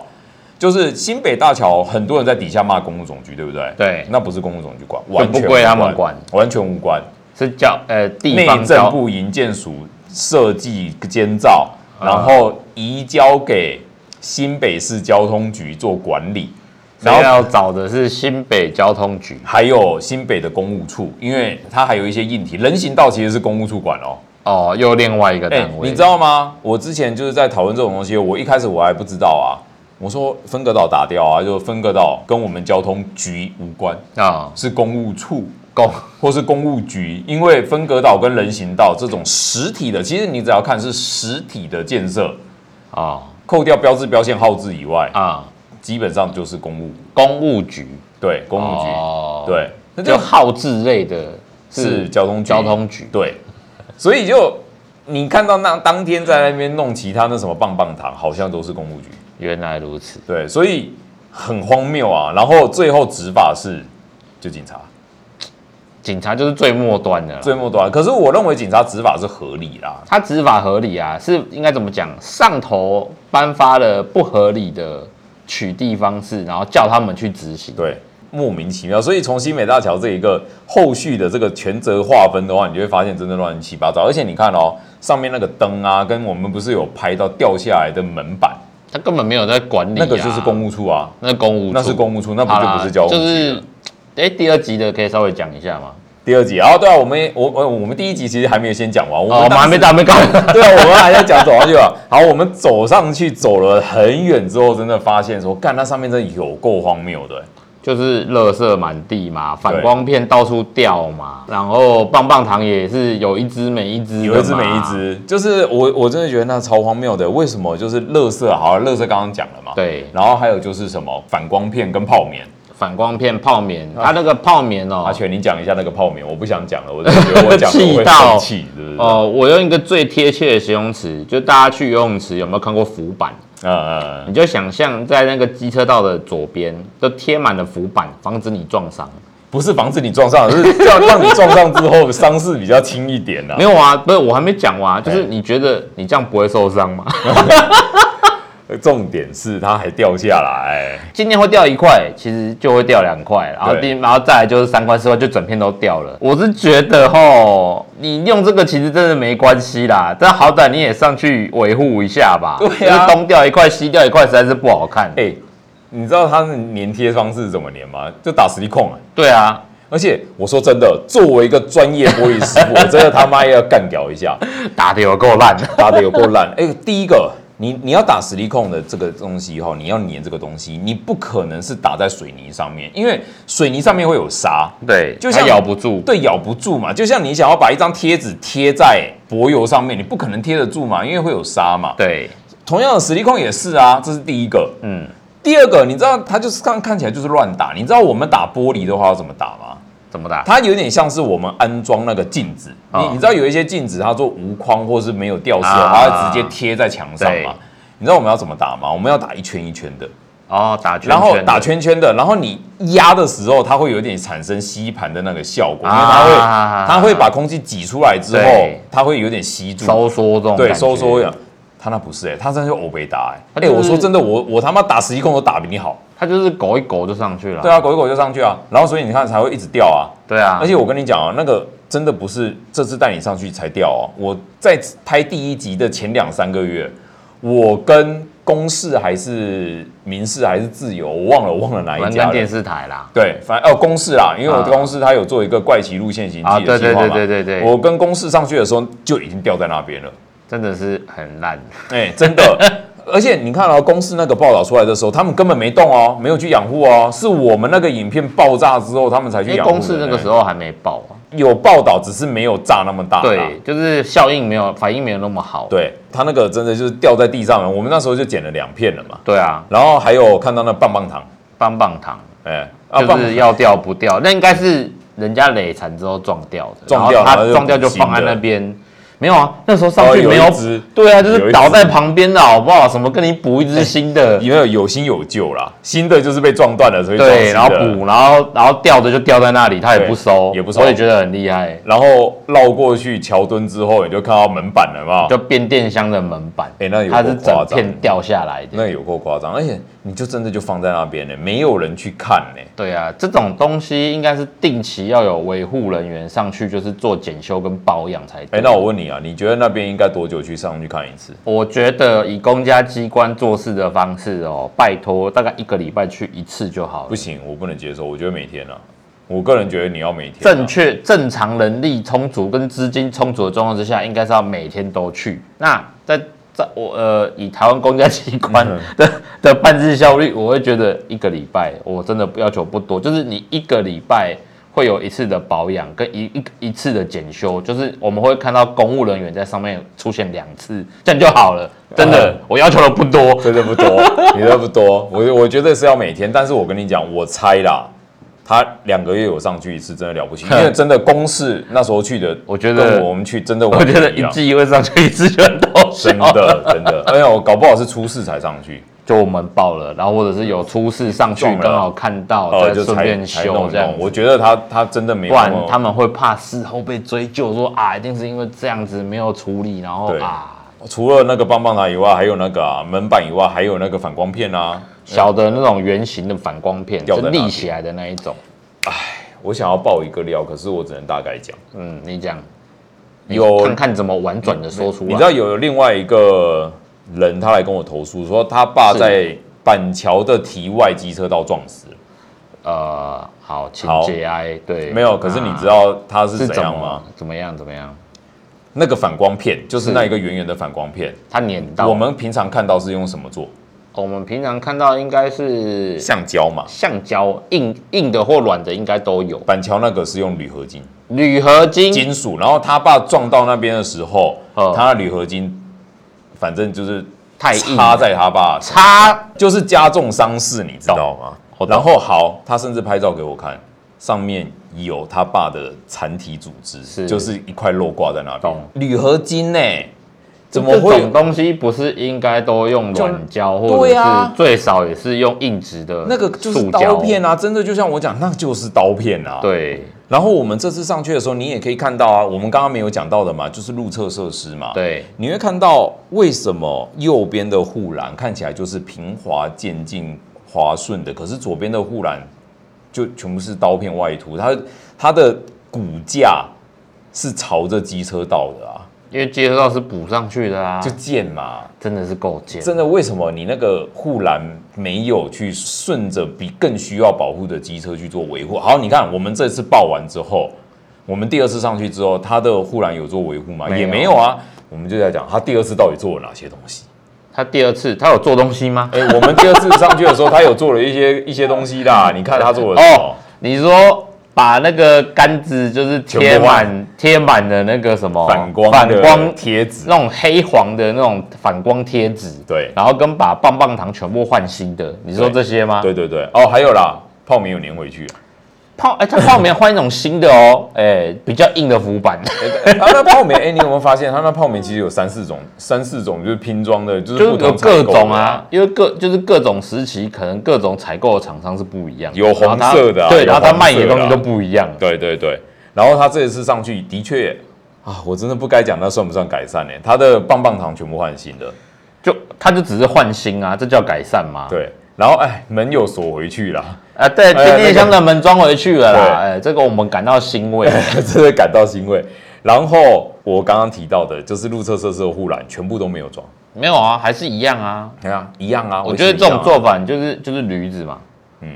Speaker 1: 就是新北大桥，很多人在底下骂公路总局，对不对？
Speaker 2: 对
Speaker 1: 那不是公路总局管，完全
Speaker 2: 不归他们管，
Speaker 1: 完全无关。
Speaker 2: 是交呃地
Speaker 1: 内
Speaker 2: 方
Speaker 1: 政
Speaker 2: 交
Speaker 1: 部营建署设计监造，
Speaker 2: 啊
Speaker 1: 然后移交给新北市交通局做管理，
Speaker 2: 所
Speaker 1: 然
Speaker 2: 以
Speaker 1: 后
Speaker 2: 要找的是新北交通局
Speaker 1: 还有新北的公务处，因为它还有一些硬体，人行道其实是公务处管哦。
Speaker 2: 哦，又另外一个
Speaker 1: 哎、
Speaker 2: 单位，
Speaker 1: 你知道吗？我之前就是在讨论这种东西，我一开始我还不知道啊。我说分隔岛打掉啊，就分隔岛跟我们交通局无关，
Speaker 2: 啊？
Speaker 1: 是公务处
Speaker 2: 公
Speaker 1: 或是公务局，因为分隔岛跟人行道这种实体的，其实你只要看是实体的建设，
Speaker 2: 啊
Speaker 1: 扣掉标志、标线、号志以外，
Speaker 2: 啊，
Speaker 1: 基本上就是公务，
Speaker 2: 公务局，
Speaker 1: 对，公务局，
Speaker 2: 哦，
Speaker 1: 对，那
Speaker 2: 就
Speaker 1: 就
Speaker 2: 号志类的
Speaker 1: 是交通局，
Speaker 2: 交通局，
Speaker 1: 对，所以就你看到那当天在那边弄其他那什么棒棒糖，好像都是公务局，
Speaker 2: 原来如此，
Speaker 1: 对，所以很荒谬啊。然后最后执法是就警察
Speaker 2: 警察就是最末端的啦，
Speaker 1: 最末端，可是我认为警察执法是合理啦，
Speaker 2: 他执法合理啊，是应该怎么讲？上头颁发了不合理的取缔方式，然后叫他们去执行。
Speaker 1: 对，莫名其妙。所以从新美大桥这一个后续的这个权责划分的话，你就会发现真的乱七八糟。而且你看哦，上面那个灯啊，跟我们不是有拍到掉下来的门板，
Speaker 2: 他根本没有在管理、啊，
Speaker 1: 那
Speaker 2: 啊
Speaker 1: 个就是公务处啊，
Speaker 2: 那是公务处，
Speaker 1: 那是公务处，那不
Speaker 2: 好
Speaker 1: 就
Speaker 2: 啦，
Speaker 1: 不是交通
Speaker 2: 就
Speaker 1: 局啊了
Speaker 2: 是，哎，第二集的可以稍微讲一下吗？
Speaker 1: 第二集啊，对啊，我们我我我们第一集其实还没有先讲完，我们
Speaker 2: 哦，我们
Speaker 1: 当时
Speaker 2: 还没到，还没搞。
Speaker 1: 对啊，我们还在讲走上去了。好，我们走上去走了很远之后，真的发现说，干，那上面真的有够荒谬的、
Speaker 2: 就是垃圾满地嘛，反
Speaker 1: 对
Speaker 2: 光片到处掉嘛，然后棒棒糖也是有一只没一只，
Speaker 1: 有一只没一。只，就是我我真的觉得那超荒谬的。为什么？就是乐色，好，乐色刚刚讲了嘛，。
Speaker 2: 对，
Speaker 1: 然后还有就是什么反光片跟泡棉，
Speaker 2: 反光片泡棉，
Speaker 1: 啊
Speaker 2: 它那个泡棉哦，
Speaker 1: 阿全，你讲一下那个泡棉，我不想讲了，我就觉得我讲了我
Speaker 2: 气
Speaker 1: 会
Speaker 2: 到
Speaker 1: 生气，对不对？
Speaker 2: 哦，我用一个最贴切的形容词，就大家去游泳池有没有看过浮板？
Speaker 1: 嗯嗯，
Speaker 2: 你就想象在那个机车道的左边都贴满了浮板，防止你撞伤。
Speaker 1: 不是防止你撞上，是这样让你撞上之后伤势比较轻一点啊
Speaker 2: 没。有啊，不是我还没讲完啊，就是你觉得你这样不会受伤吗？
Speaker 1: 重点是它还掉下来，
Speaker 2: 今天会掉一块，其实就会掉两块，然后
Speaker 1: 对
Speaker 2: 第然后再来就是三块四块，就整片都掉了。我是觉得吼，你用这个其实真的没关系啦，但好歹你也上去维护一下吧。
Speaker 1: 对啊
Speaker 2: 就是东掉一块，西掉一块，实在是不好看。
Speaker 1: 哎、你知道它的粘贴方式是怎么粘吗？就打实力控啊。
Speaker 2: 对啊，
Speaker 1: 而且我说真的，作为一个专业玻璃师傅，我真的他妈要干掉一下，
Speaker 2: 打的有 够烂的。
Speaker 1: 打的有够烂。哎、第一个，你你要打实力控的这个东西哈，你要粘这个东西，你不可能是打在水泥上面，因为水泥上面会有沙，
Speaker 2: 对，
Speaker 1: 就
Speaker 2: 它
Speaker 1: 像
Speaker 2: 咬不住。
Speaker 1: 对，咬不住嘛。就像你想要把一张贴纸贴在柏油上面，你不可能贴得住嘛，因为会有沙嘛。
Speaker 2: 对，
Speaker 1: 同样的，实力控也是啊，这是第一个。
Speaker 2: 嗯，
Speaker 1: 第二个，你知道它就是看看起来就是乱打，你知道我们打玻璃的话要怎么打吗？
Speaker 2: 怎么打？
Speaker 1: 它有点像是我们安装那个镜子，
Speaker 2: 哦
Speaker 1: 你你知道有一些镜子它做无框或是没有吊饰，
Speaker 2: 啊
Speaker 1: 它会直接贴在墙上
Speaker 2: 对
Speaker 1: 嘛。你知道我们要怎么打吗？我们要打一圈一圈的，
Speaker 2: 哦，打圈圈的，
Speaker 1: 然后打圈圈的，然后你压的时候，它会有点产生吸盘的那个效果，因为它会
Speaker 2: 啊
Speaker 1: 它会把空气挤出来之后
Speaker 2: 对，
Speaker 1: 它会有点吸住，
Speaker 2: 收缩这种，
Speaker 1: 对，收缩。呀。他那不是哎、欸，他真的就欧北打
Speaker 2: 它
Speaker 1: 哎、欸，
Speaker 2: 就是啊
Speaker 1: 我说真的，我我他妈打十一控都打比你好，
Speaker 2: 它就是狗一狗就上去了。
Speaker 1: 对啊，狗一狗就上去啊，然后所以你看才会一直掉啊，
Speaker 2: 对啊，
Speaker 1: 而且我跟你讲啊，那个真的不是这次带你上去才掉哦。我在拍第一集的前两三个月，我跟公视还是民视还是自由，我忘了我忘了哪
Speaker 2: 我
Speaker 1: 一
Speaker 2: 们
Speaker 1: 家
Speaker 2: 跟
Speaker 1: 了
Speaker 2: 电视台啦，
Speaker 1: 对，反正哦公视啦，因为我
Speaker 2: 啊
Speaker 1: 公视它有做一个怪奇路线行
Speaker 2: 啊
Speaker 1: 记的计划嘛、
Speaker 2: 对对对对对对
Speaker 1: 我跟公视上去的时候就已经掉在那边了，
Speaker 2: 真的是很烂。
Speaker 1: 哎、真的。而且你看哦，公视那个报道出来的时候，他们根本没动哦，没有去养护哦，是我们那个影片爆炸之后，他们才
Speaker 2: 因
Speaker 1: 去
Speaker 2: 为
Speaker 1: 养护的呢。
Speaker 2: 哎公司那个时候还没爆啊，
Speaker 1: 有报道，只是没有炸那么大啦。
Speaker 2: 对，就是效应没有反应没有那么好。
Speaker 1: 啊对他那个真的就是掉在地上了。我们那时候就捡了两片了嘛，
Speaker 2: 对啊，
Speaker 1: 然后还有看到那棒棒糖，
Speaker 2: 棒棒糖
Speaker 1: 哎、啊
Speaker 2: 就
Speaker 1: 棒
Speaker 2: 是要掉不掉，那应该是人家垒残之后撞掉的，
Speaker 1: 撞掉
Speaker 2: 然
Speaker 1: 然
Speaker 2: 后它
Speaker 1: 后就
Speaker 2: 撞掉就
Speaker 1: 补新的
Speaker 2: 放在那边。没有啊，那时候上去
Speaker 1: 哦有
Speaker 2: 没有
Speaker 1: 一只
Speaker 2: 对啊，就是
Speaker 1: 有一
Speaker 2: 倒
Speaker 1: 只
Speaker 2: 在旁边的好不好？什么跟你补一只新的，
Speaker 1: 因为有新有旧啦，新的就是被撞断了，所以撞
Speaker 2: 对，
Speaker 1: 新的
Speaker 2: 然后补，然后然后掉的就掉在那里，他也
Speaker 1: 对
Speaker 2: 不收，
Speaker 1: 也不收
Speaker 2: 我也觉得很厉害，
Speaker 1: 然后绕过去桥墩之后，你就看到门板了嘛，
Speaker 2: 就变电箱的门板，
Speaker 1: 哎那有
Speaker 2: 它是
Speaker 1: 够夸张
Speaker 2: 整片掉下来的。
Speaker 1: 那有够夸张，而且你就真的就放在那边呢、没有人去看呢、
Speaker 2: 对啊，这种东西应该是定期要有维护人员上去，就是做检修跟保养才
Speaker 1: 哎、
Speaker 2: 对。
Speaker 1: 那我问你啊，你觉得那边应该多久去上去看一次？
Speaker 2: 我觉得以公家机关做事的方式哦，拜托，大概一个礼拜去一次就好了
Speaker 1: 不。行，我不能接受，我觉得每天啊，我个人觉得你要每天啊、
Speaker 2: 正确、正常人力充足跟资金充足的状况之下，应该是要每天都去。那在在我呃，以台湾公家机关
Speaker 1: 嗯
Speaker 2: 的、的办事效率，我会觉得一个礼拜我真的要求不多，就是你一个礼拜会有一次的保养跟一一一次的检修，就是我们会看到公务人员在上面出现两次，这样就好了。真的，
Speaker 1: 嗯
Speaker 2: 我要求的不多。
Speaker 1: 真的不 多，你的不多。我我觉得是要每天，但是我跟你讲，我猜啦，他两个月有上去一次，真的了不 起，因为真的公式那时候去的，
Speaker 2: 我觉得
Speaker 1: 跟我们去真的
Speaker 2: 我
Speaker 1: 完全
Speaker 2: 觉得
Speaker 1: 一
Speaker 2: 一
Speaker 1: 样
Speaker 2: 季会上去一次就很多，
Speaker 1: 真的 真的，哎呀，我搞不好是初四才上 去，
Speaker 2: 就我们报了，然后或者是有出事上去
Speaker 1: 撞了
Speaker 2: 刚好看到，
Speaker 1: 哦，
Speaker 2: 再
Speaker 1: 就
Speaker 2: 顺
Speaker 1: 才
Speaker 2: 便
Speaker 1: 才弄
Speaker 2: 修
Speaker 1: 一
Speaker 2: 这样
Speaker 1: 弄。我觉得他他真的没有
Speaker 2: 不
Speaker 1: 那
Speaker 2: 然
Speaker 1: 么，
Speaker 2: 他们会怕事后被追究，说啊，一定是因为这样子没有处理，然后
Speaker 1: 对
Speaker 2: 啊，
Speaker 1: 除了那个棒棒糖以外，还有那个、啊、门板以外，还有那个反光片啊。
Speaker 2: 小的那种圆形的反光片，
Speaker 1: 掉
Speaker 2: 就
Speaker 1: 在哪里
Speaker 2: 立起来的那一种。
Speaker 1: 我想要爆一个料，可是我只能大概讲。
Speaker 2: 嗯，你讲，
Speaker 1: 有
Speaker 2: 看看怎么婉转的说出来。
Speaker 1: 你知道有另外一个人，他来跟我投诉说，他爸
Speaker 2: 是
Speaker 1: 在板桥的堤外机车道撞死了。
Speaker 2: 呃，好，请
Speaker 1: 好
Speaker 2: 节哀。对，
Speaker 1: 没有，可是你
Speaker 2: 啊
Speaker 1: 知道他是
Speaker 2: 是
Speaker 1: 怎
Speaker 2: 怎
Speaker 1: 样吗
Speaker 2: 么？怎么样？怎么样？
Speaker 1: 那个反光片就是
Speaker 2: 是
Speaker 1: 那一个圆圆的反光片，
Speaker 2: 它碾到
Speaker 1: 我们平常看到是用什么做？
Speaker 2: 我们平常看到应该是
Speaker 1: 橡胶嘛。
Speaker 2: 橡胶硬硬的或软的应该都有，
Speaker 1: 板桥那个是用铝合金
Speaker 2: 铝合金
Speaker 1: 金属，然后他爸撞到那边的时候，
Speaker 2: 哦
Speaker 1: 他的铝合金反正就是
Speaker 2: 太硬
Speaker 1: 插在他爸身上
Speaker 2: 插
Speaker 1: 就是加重伤势，你知道吗？哦
Speaker 2: 我懂
Speaker 1: 然后好，他甚至拍照给我看，上面有他爸的残体组织，
Speaker 2: 是
Speaker 1: 就是一块肉挂在那边
Speaker 2: 懂，
Speaker 1: 铝合金呢、怎么
Speaker 2: 这
Speaker 1: 会
Speaker 2: 种
Speaker 1: 有？
Speaker 2: 东西不是应该都用软胶，
Speaker 1: 就
Speaker 2: 或者
Speaker 1: 对啊
Speaker 2: 是最少也是用硬质的
Speaker 1: 那个就是
Speaker 2: 塑胶
Speaker 1: 刀片啊，真的就像我讲，那就是刀片啊。。
Speaker 2: 对
Speaker 1: 然后我们这次上去的时候，你也可以看到啊，我们刚刚没有讲到的嘛，就是路侧设施嘛。。
Speaker 2: 对，
Speaker 1: 你会看到为什么右边的护栏看起来就是平滑渐进、滑顺的，可是左边的护栏就全部是刀片外凸，它它的骨架是朝着机车道的啊，
Speaker 2: 因为接车道是补上去的啊，
Speaker 1: 就
Speaker 2: 就
Speaker 1: 贱嘛！
Speaker 2: 真的是够尖。
Speaker 1: 真的，为什么你那个护栏没有去顺着比更需要保护的机车去做维护？好，你看我们这次报完之后，我们第二次上去之后，它的护栏有做维护吗？
Speaker 2: 没
Speaker 1: 也
Speaker 2: 有
Speaker 1: 没有啊。我们就在讲它第二次到底做了哪些东西。
Speaker 2: 他第二次他有做东西吗？
Speaker 1: 哎、我们第二次上去的时候，他有做了一些 一些东西啦。你看他做了什么
Speaker 2: 哦？，你说把那个杆子就是贴
Speaker 1: 全部换
Speaker 2: 满贴满的那个什么
Speaker 1: 反光
Speaker 2: 反
Speaker 1: 的
Speaker 2: 光
Speaker 1: 贴纸，
Speaker 2: 那种黑黄的那种反光贴纸，
Speaker 1: 对
Speaker 2: 然后跟把棒棒糖全部换新的，你说
Speaker 1: 对
Speaker 2: 这些吗？
Speaker 1: 对对对。哦，还有啦，泡棉有粘回去。啊
Speaker 2: 泡哎，它泡棉换一种新的哦，哎，比较硬的浮板，
Speaker 1: 啊，那泡棉，哎、你有没有发现，它那泡棉其实有三四种，三四种就是拼装的，就是
Speaker 2: 就是
Speaker 1: 不
Speaker 2: 有
Speaker 1: 同采购
Speaker 2: 各
Speaker 1: 的
Speaker 2: 种啊，，因为各就是各种时期，可能各种采购的厂商是不一样的。
Speaker 1: 有红色的啊
Speaker 2: 然后它对，
Speaker 1: 有
Speaker 2: 然后它
Speaker 1: 黄色的啊
Speaker 2: 卖你的东西都不一样。
Speaker 1: 对对对。然后他这一次上去，的确啊，我真的不该讲，那算不算改善呢、他的棒棒糖全部换新的，
Speaker 2: 就它就只是换新啊，这叫改善吗？
Speaker 1: 对。然后哎，门有锁回去啦，
Speaker 2: 啊，
Speaker 1: 哎
Speaker 2: 对，变电箱
Speaker 1: 那
Speaker 2: 的门装回去了啦，
Speaker 1: 对哎
Speaker 2: 哎，这个我们感到欣慰。
Speaker 1: 真的感到欣慰。然后我刚刚提到的，就是路侧设施的护栏全部都没有装。
Speaker 2: 没有啊，还是一样啊。
Speaker 1: 对啊，一样啊。嗯
Speaker 2: 我觉得这种，做法你就是就是驴子嘛，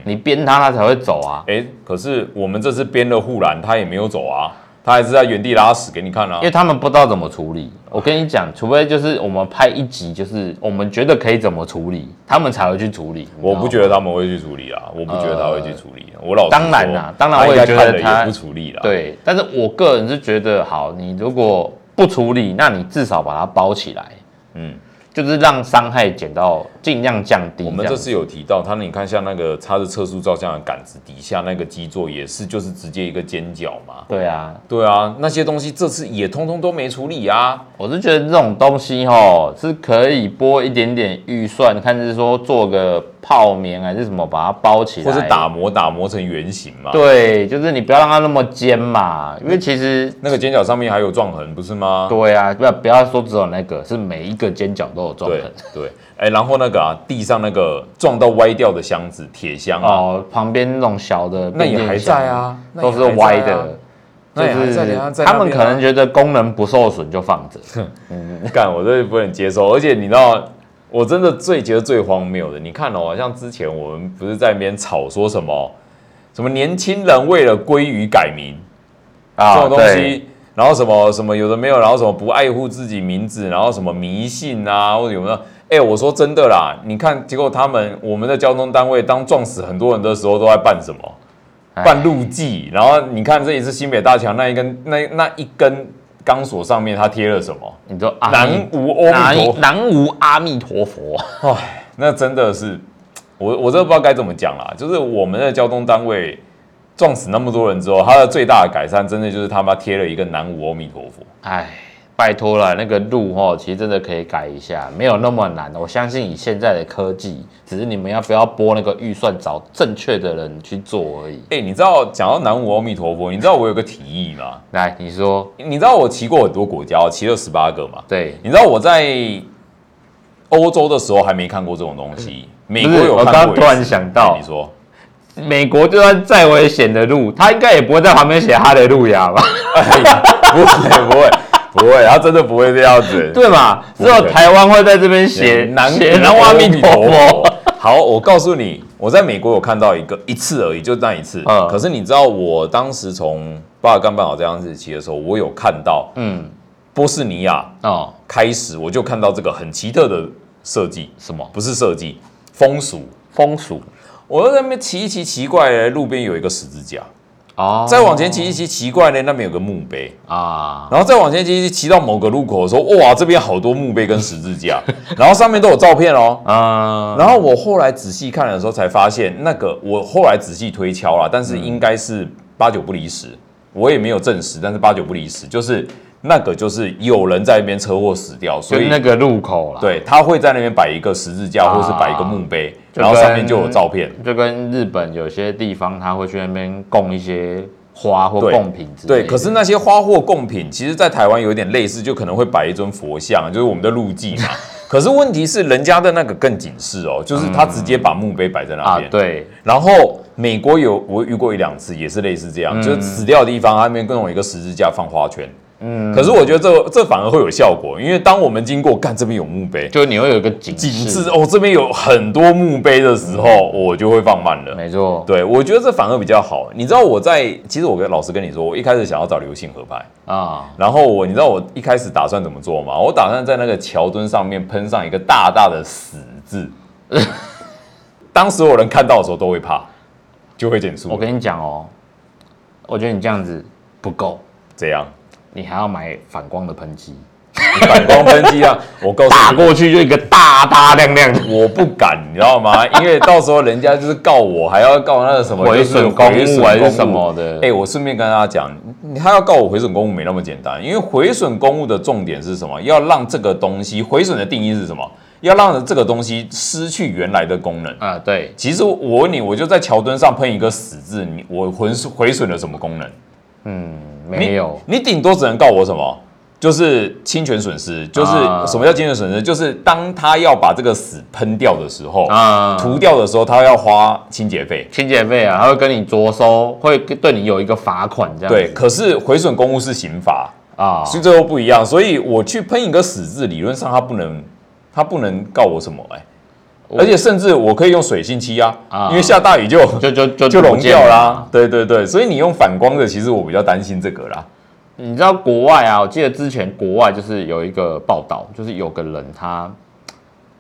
Speaker 2: 你鞭它它才会走啊，
Speaker 1: 哎、可是我们这次编了护栏，他也没有走啊，他还是在原地拉屎给你看啊
Speaker 2: 因。为他们不知道怎么处理。我跟你讲，除非就是我们拍一集，就是我们觉得可以怎么处理，他们才会去处理。
Speaker 1: 我不
Speaker 2: 得，
Speaker 1: 觉得他们会去处理啊，我不觉得他会去处理。啊我老实
Speaker 2: 呃当然
Speaker 1: 说
Speaker 2: 啦当然
Speaker 1: 他应
Speaker 2: 我也
Speaker 1: 该
Speaker 2: 觉
Speaker 1: 看
Speaker 2: 得
Speaker 1: 了
Speaker 2: 他
Speaker 1: 也不处理啦。，
Speaker 2: 对，但是我个人是觉得，好，你如果不处理，那你至少把它包起来，
Speaker 1: 嗯，
Speaker 2: 就是让伤害减到尽量降低。
Speaker 1: 我们
Speaker 2: 这
Speaker 1: 这
Speaker 2: 样
Speaker 1: 次有提到，他你看像那个插着测速照相的杆子底下那个基座也是，就是直接一个尖角嘛。
Speaker 2: 对啊，
Speaker 1: 对啊，那些东西这次也通通都没处理啊。
Speaker 2: 我是觉得这种东西吼是可以拨一点点预算，看是说做个泡棉还是什么，把它包起来，
Speaker 1: 或是打磨打磨成圆形嘛。
Speaker 2: 对，就是你不要让它那么尖嘛，因为其实
Speaker 1: 那个尖角上面还有撞痕，不是吗？
Speaker 2: 对啊，不要不要说只有那个，是每一个尖角都有撞
Speaker 1: 对
Speaker 2: 痕。
Speaker 1: 对，哎、然后那个啊，地上那个撞到歪掉的箱子、铁箱啊，
Speaker 2: 哦，旁边那种小的
Speaker 1: 那也
Speaker 2: 变电
Speaker 1: 还
Speaker 2: 箱
Speaker 1: 在啊那也
Speaker 2: 都
Speaker 1: 还
Speaker 2: 是
Speaker 1: 在啊
Speaker 2: 歪的。
Speaker 1: 那也还
Speaker 2: 就
Speaker 1: 哎在
Speaker 2: 是
Speaker 1: 等下在那
Speaker 2: 他们
Speaker 1: 边
Speaker 2: 可
Speaker 1: 啊
Speaker 2: 能觉得功能不受损就放 着，
Speaker 1: 干、我这不能接受。而且你知道，我真的最觉得最荒谬的，你看哦，像之前我们不是在那边吵说什么，什么年轻人为了鲑鱼改名
Speaker 2: 啊
Speaker 1: 这种东
Speaker 2: 对
Speaker 1: 西，然后什么什么有的没有，然后什么不爱护自己名字，然后什么迷信啊，或者有没有？哎、我说真的啦，你看，结果他们我们的交通单位当撞死很多人的时候，都在办什么？
Speaker 2: 哎
Speaker 1: 办路祭。然后你看这一次新北大桥那一根那那一根钢索上面，它贴了什么？
Speaker 2: 你说阿
Speaker 1: 南
Speaker 2: 弥
Speaker 1: 无阿弥陀
Speaker 2: 啊南南无阿弥陀佛，
Speaker 1: 唉，那真的是，我我真的不知道该怎么讲啦。就是我们的交通单位撞死那么多人之后，它的最大的改善，真的就是他妈贴了一个南无阿弥陀佛。
Speaker 2: 哎，拜托了，那个路哦，其实真的可以改一下，没有那么难。我相信以现在的科技，只是你们要不要拨那个预算，找正确的人去做而已。
Speaker 1: 哎、你知道讲到南无阿弥陀佛，你知道我有个提议吗？
Speaker 2: 来，你说，
Speaker 1: 你知道我骑过很多国家，我骑了十八个嘛。
Speaker 2: 对，
Speaker 1: 你知道我在欧洲的时候还没看过这种东西，美国
Speaker 2: 不是
Speaker 1: 有
Speaker 2: 我
Speaker 1: 看
Speaker 2: 刚
Speaker 1: 过一次。
Speaker 2: 突然想到
Speaker 1: 哎你说，
Speaker 2: 美国就算再危险的路，他应该也不会在旁边写哈雷路亚吧？
Speaker 1: 嗯哎不会不会不会，他真的不会这样子。
Speaker 2: 对嘛？只
Speaker 1: 不会
Speaker 2: 有台湾会在这边写
Speaker 1: 南
Speaker 2: 写南无阿弥陀佛。。
Speaker 1: 好，我告诉你，我在美国有看到一个一次而已，就那一次。
Speaker 2: 嗯
Speaker 1: 可是你知道，我当时从巴尔干半岛这样子骑的时候，我有看到
Speaker 2: 嗯，
Speaker 1: 波斯尼亚
Speaker 2: 哦，
Speaker 1: 开始，我就看到这个很奇特的设计，
Speaker 2: 什么
Speaker 1: 不是设计风俗。
Speaker 2: 风俗？
Speaker 1: 我在那边骑一骑，奇怪嘞，路边有一个十字架，
Speaker 2: 哦，
Speaker 1: 再往前骑一骑，奇怪嘞，那边有个墓碑，
Speaker 2: 啊，
Speaker 1: 然后再往前骑一骑，骑到某个路口的时候，哇，这边好多墓碑跟十字架， 然后上面都有照片哦。
Speaker 2: 啊，
Speaker 1: 然后我后来仔细看的时候才发现，那个我后来仔细推敲了，但是应该是八九不离十，我也没有证实，但是八九不离十，就是那个就是有人在那边车祸死掉，所
Speaker 2: 就
Speaker 1: 以
Speaker 2: 那个路口啦。，
Speaker 1: 对他会在那边摆一个十字架，
Speaker 2: 啊
Speaker 1: 或是摆一个墓碑，
Speaker 2: 就
Speaker 1: 然后上面
Speaker 2: 跟
Speaker 1: 就有照片。
Speaker 2: 就跟日本有些地方他会去那边供一些花或
Speaker 1: 对
Speaker 2: 贡品之类的。
Speaker 1: 对，可是那些花货贡品，其实在台湾有点类似，就可能会摆一尊佛像，就是我们的路祭 嘛。可是问题是，人家的那个更警示哦，就是他直接把墓碑摆在那
Speaker 2: 啊
Speaker 1: 边。，
Speaker 2: 对，
Speaker 1: 然后美国有我遇过一两次，也是类似这
Speaker 2: 嗯
Speaker 1: 样，就是死掉的地方，它那边更有一个十字架放花圈。嗯，可是我觉得这这反而会有效果，因为当我们经过，看这边有墓碑，
Speaker 2: 就你会有一个警
Speaker 1: 景
Speaker 2: 示
Speaker 1: 致哦，这边有很多墓碑的时
Speaker 2: 嗯
Speaker 1: 候，我就会放慢了。
Speaker 2: 没错。
Speaker 1: 对，我觉得这反而比较好。你知道我在，其实我跟老师跟你说，我一开始想要找流星合拍，
Speaker 2: 啊，
Speaker 1: 然后我你知道我一开始打算怎么做吗？我打算在那个桥墩上面喷上一个大大的“死” 字，当所有人看到的时候都会怕，就会减速。
Speaker 2: 我跟你讲哦，我觉得你这样子不够，
Speaker 1: 怎样？
Speaker 2: 你还要买反光的喷漆，
Speaker 1: 反光喷漆啊！ 我告
Speaker 2: 打
Speaker 1: 诉你，
Speaker 2: 过去就一个大大亮亮的。
Speaker 1: 我不敢，你知道吗？因为到时候人家就是告我，还要告那个什么
Speaker 2: 毁损公物
Speaker 1: 就是毁损
Speaker 2: 还是什么的
Speaker 1: 哎、我顺便跟大家讲，你他要告我毁损公物没那么简单，因为毁损公物的重点是什么？要让这个东西毁损的定义是什么？要让这个东西失去原来的功能。
Speaker 2: 啊，对，
Speaker 1: 其实我问你，我就在桥墩上喷一个死字，你我毁毁损了什么功能？你
Speaker 2: 没有，
Speaker 1: 你顶多只能告我什么？就是侵权损失，就是
Speaker 2: 啊
Speaker 1: 什么叫侵权损失？就是当他要把这个屎喷掉的时候，
Speaker 2: 啊
Speaker 1: 涂掉的时候，他要花清洁费。
Speaker 2: 清洁费啊，他会跟你着收，会对你有一个罚款这样
Speaker 1: 对，
Speaker 2: 子。
Speaker 1: 可是毁损公物是刑罚，
Speaker 2: 啊，
Speaker 1: 所以这又不一样。所以我去喷一个死字，理论上他不能，他不能告我什么哎、而且甚至我可以用水性漆啊，
Speaker 2: 啊
Speaker 1: 因为下大雨就
Speaker 2: 就就就
Speaker 1: 就溶掉啦
Speaker 2: 啦。。
Speaker 1: 对对对，所以你用反光的，其实我比较担心这个啦。
Speaker 2: 你知道国外啊？我记得之前国外就是有一个报道，就是有个人他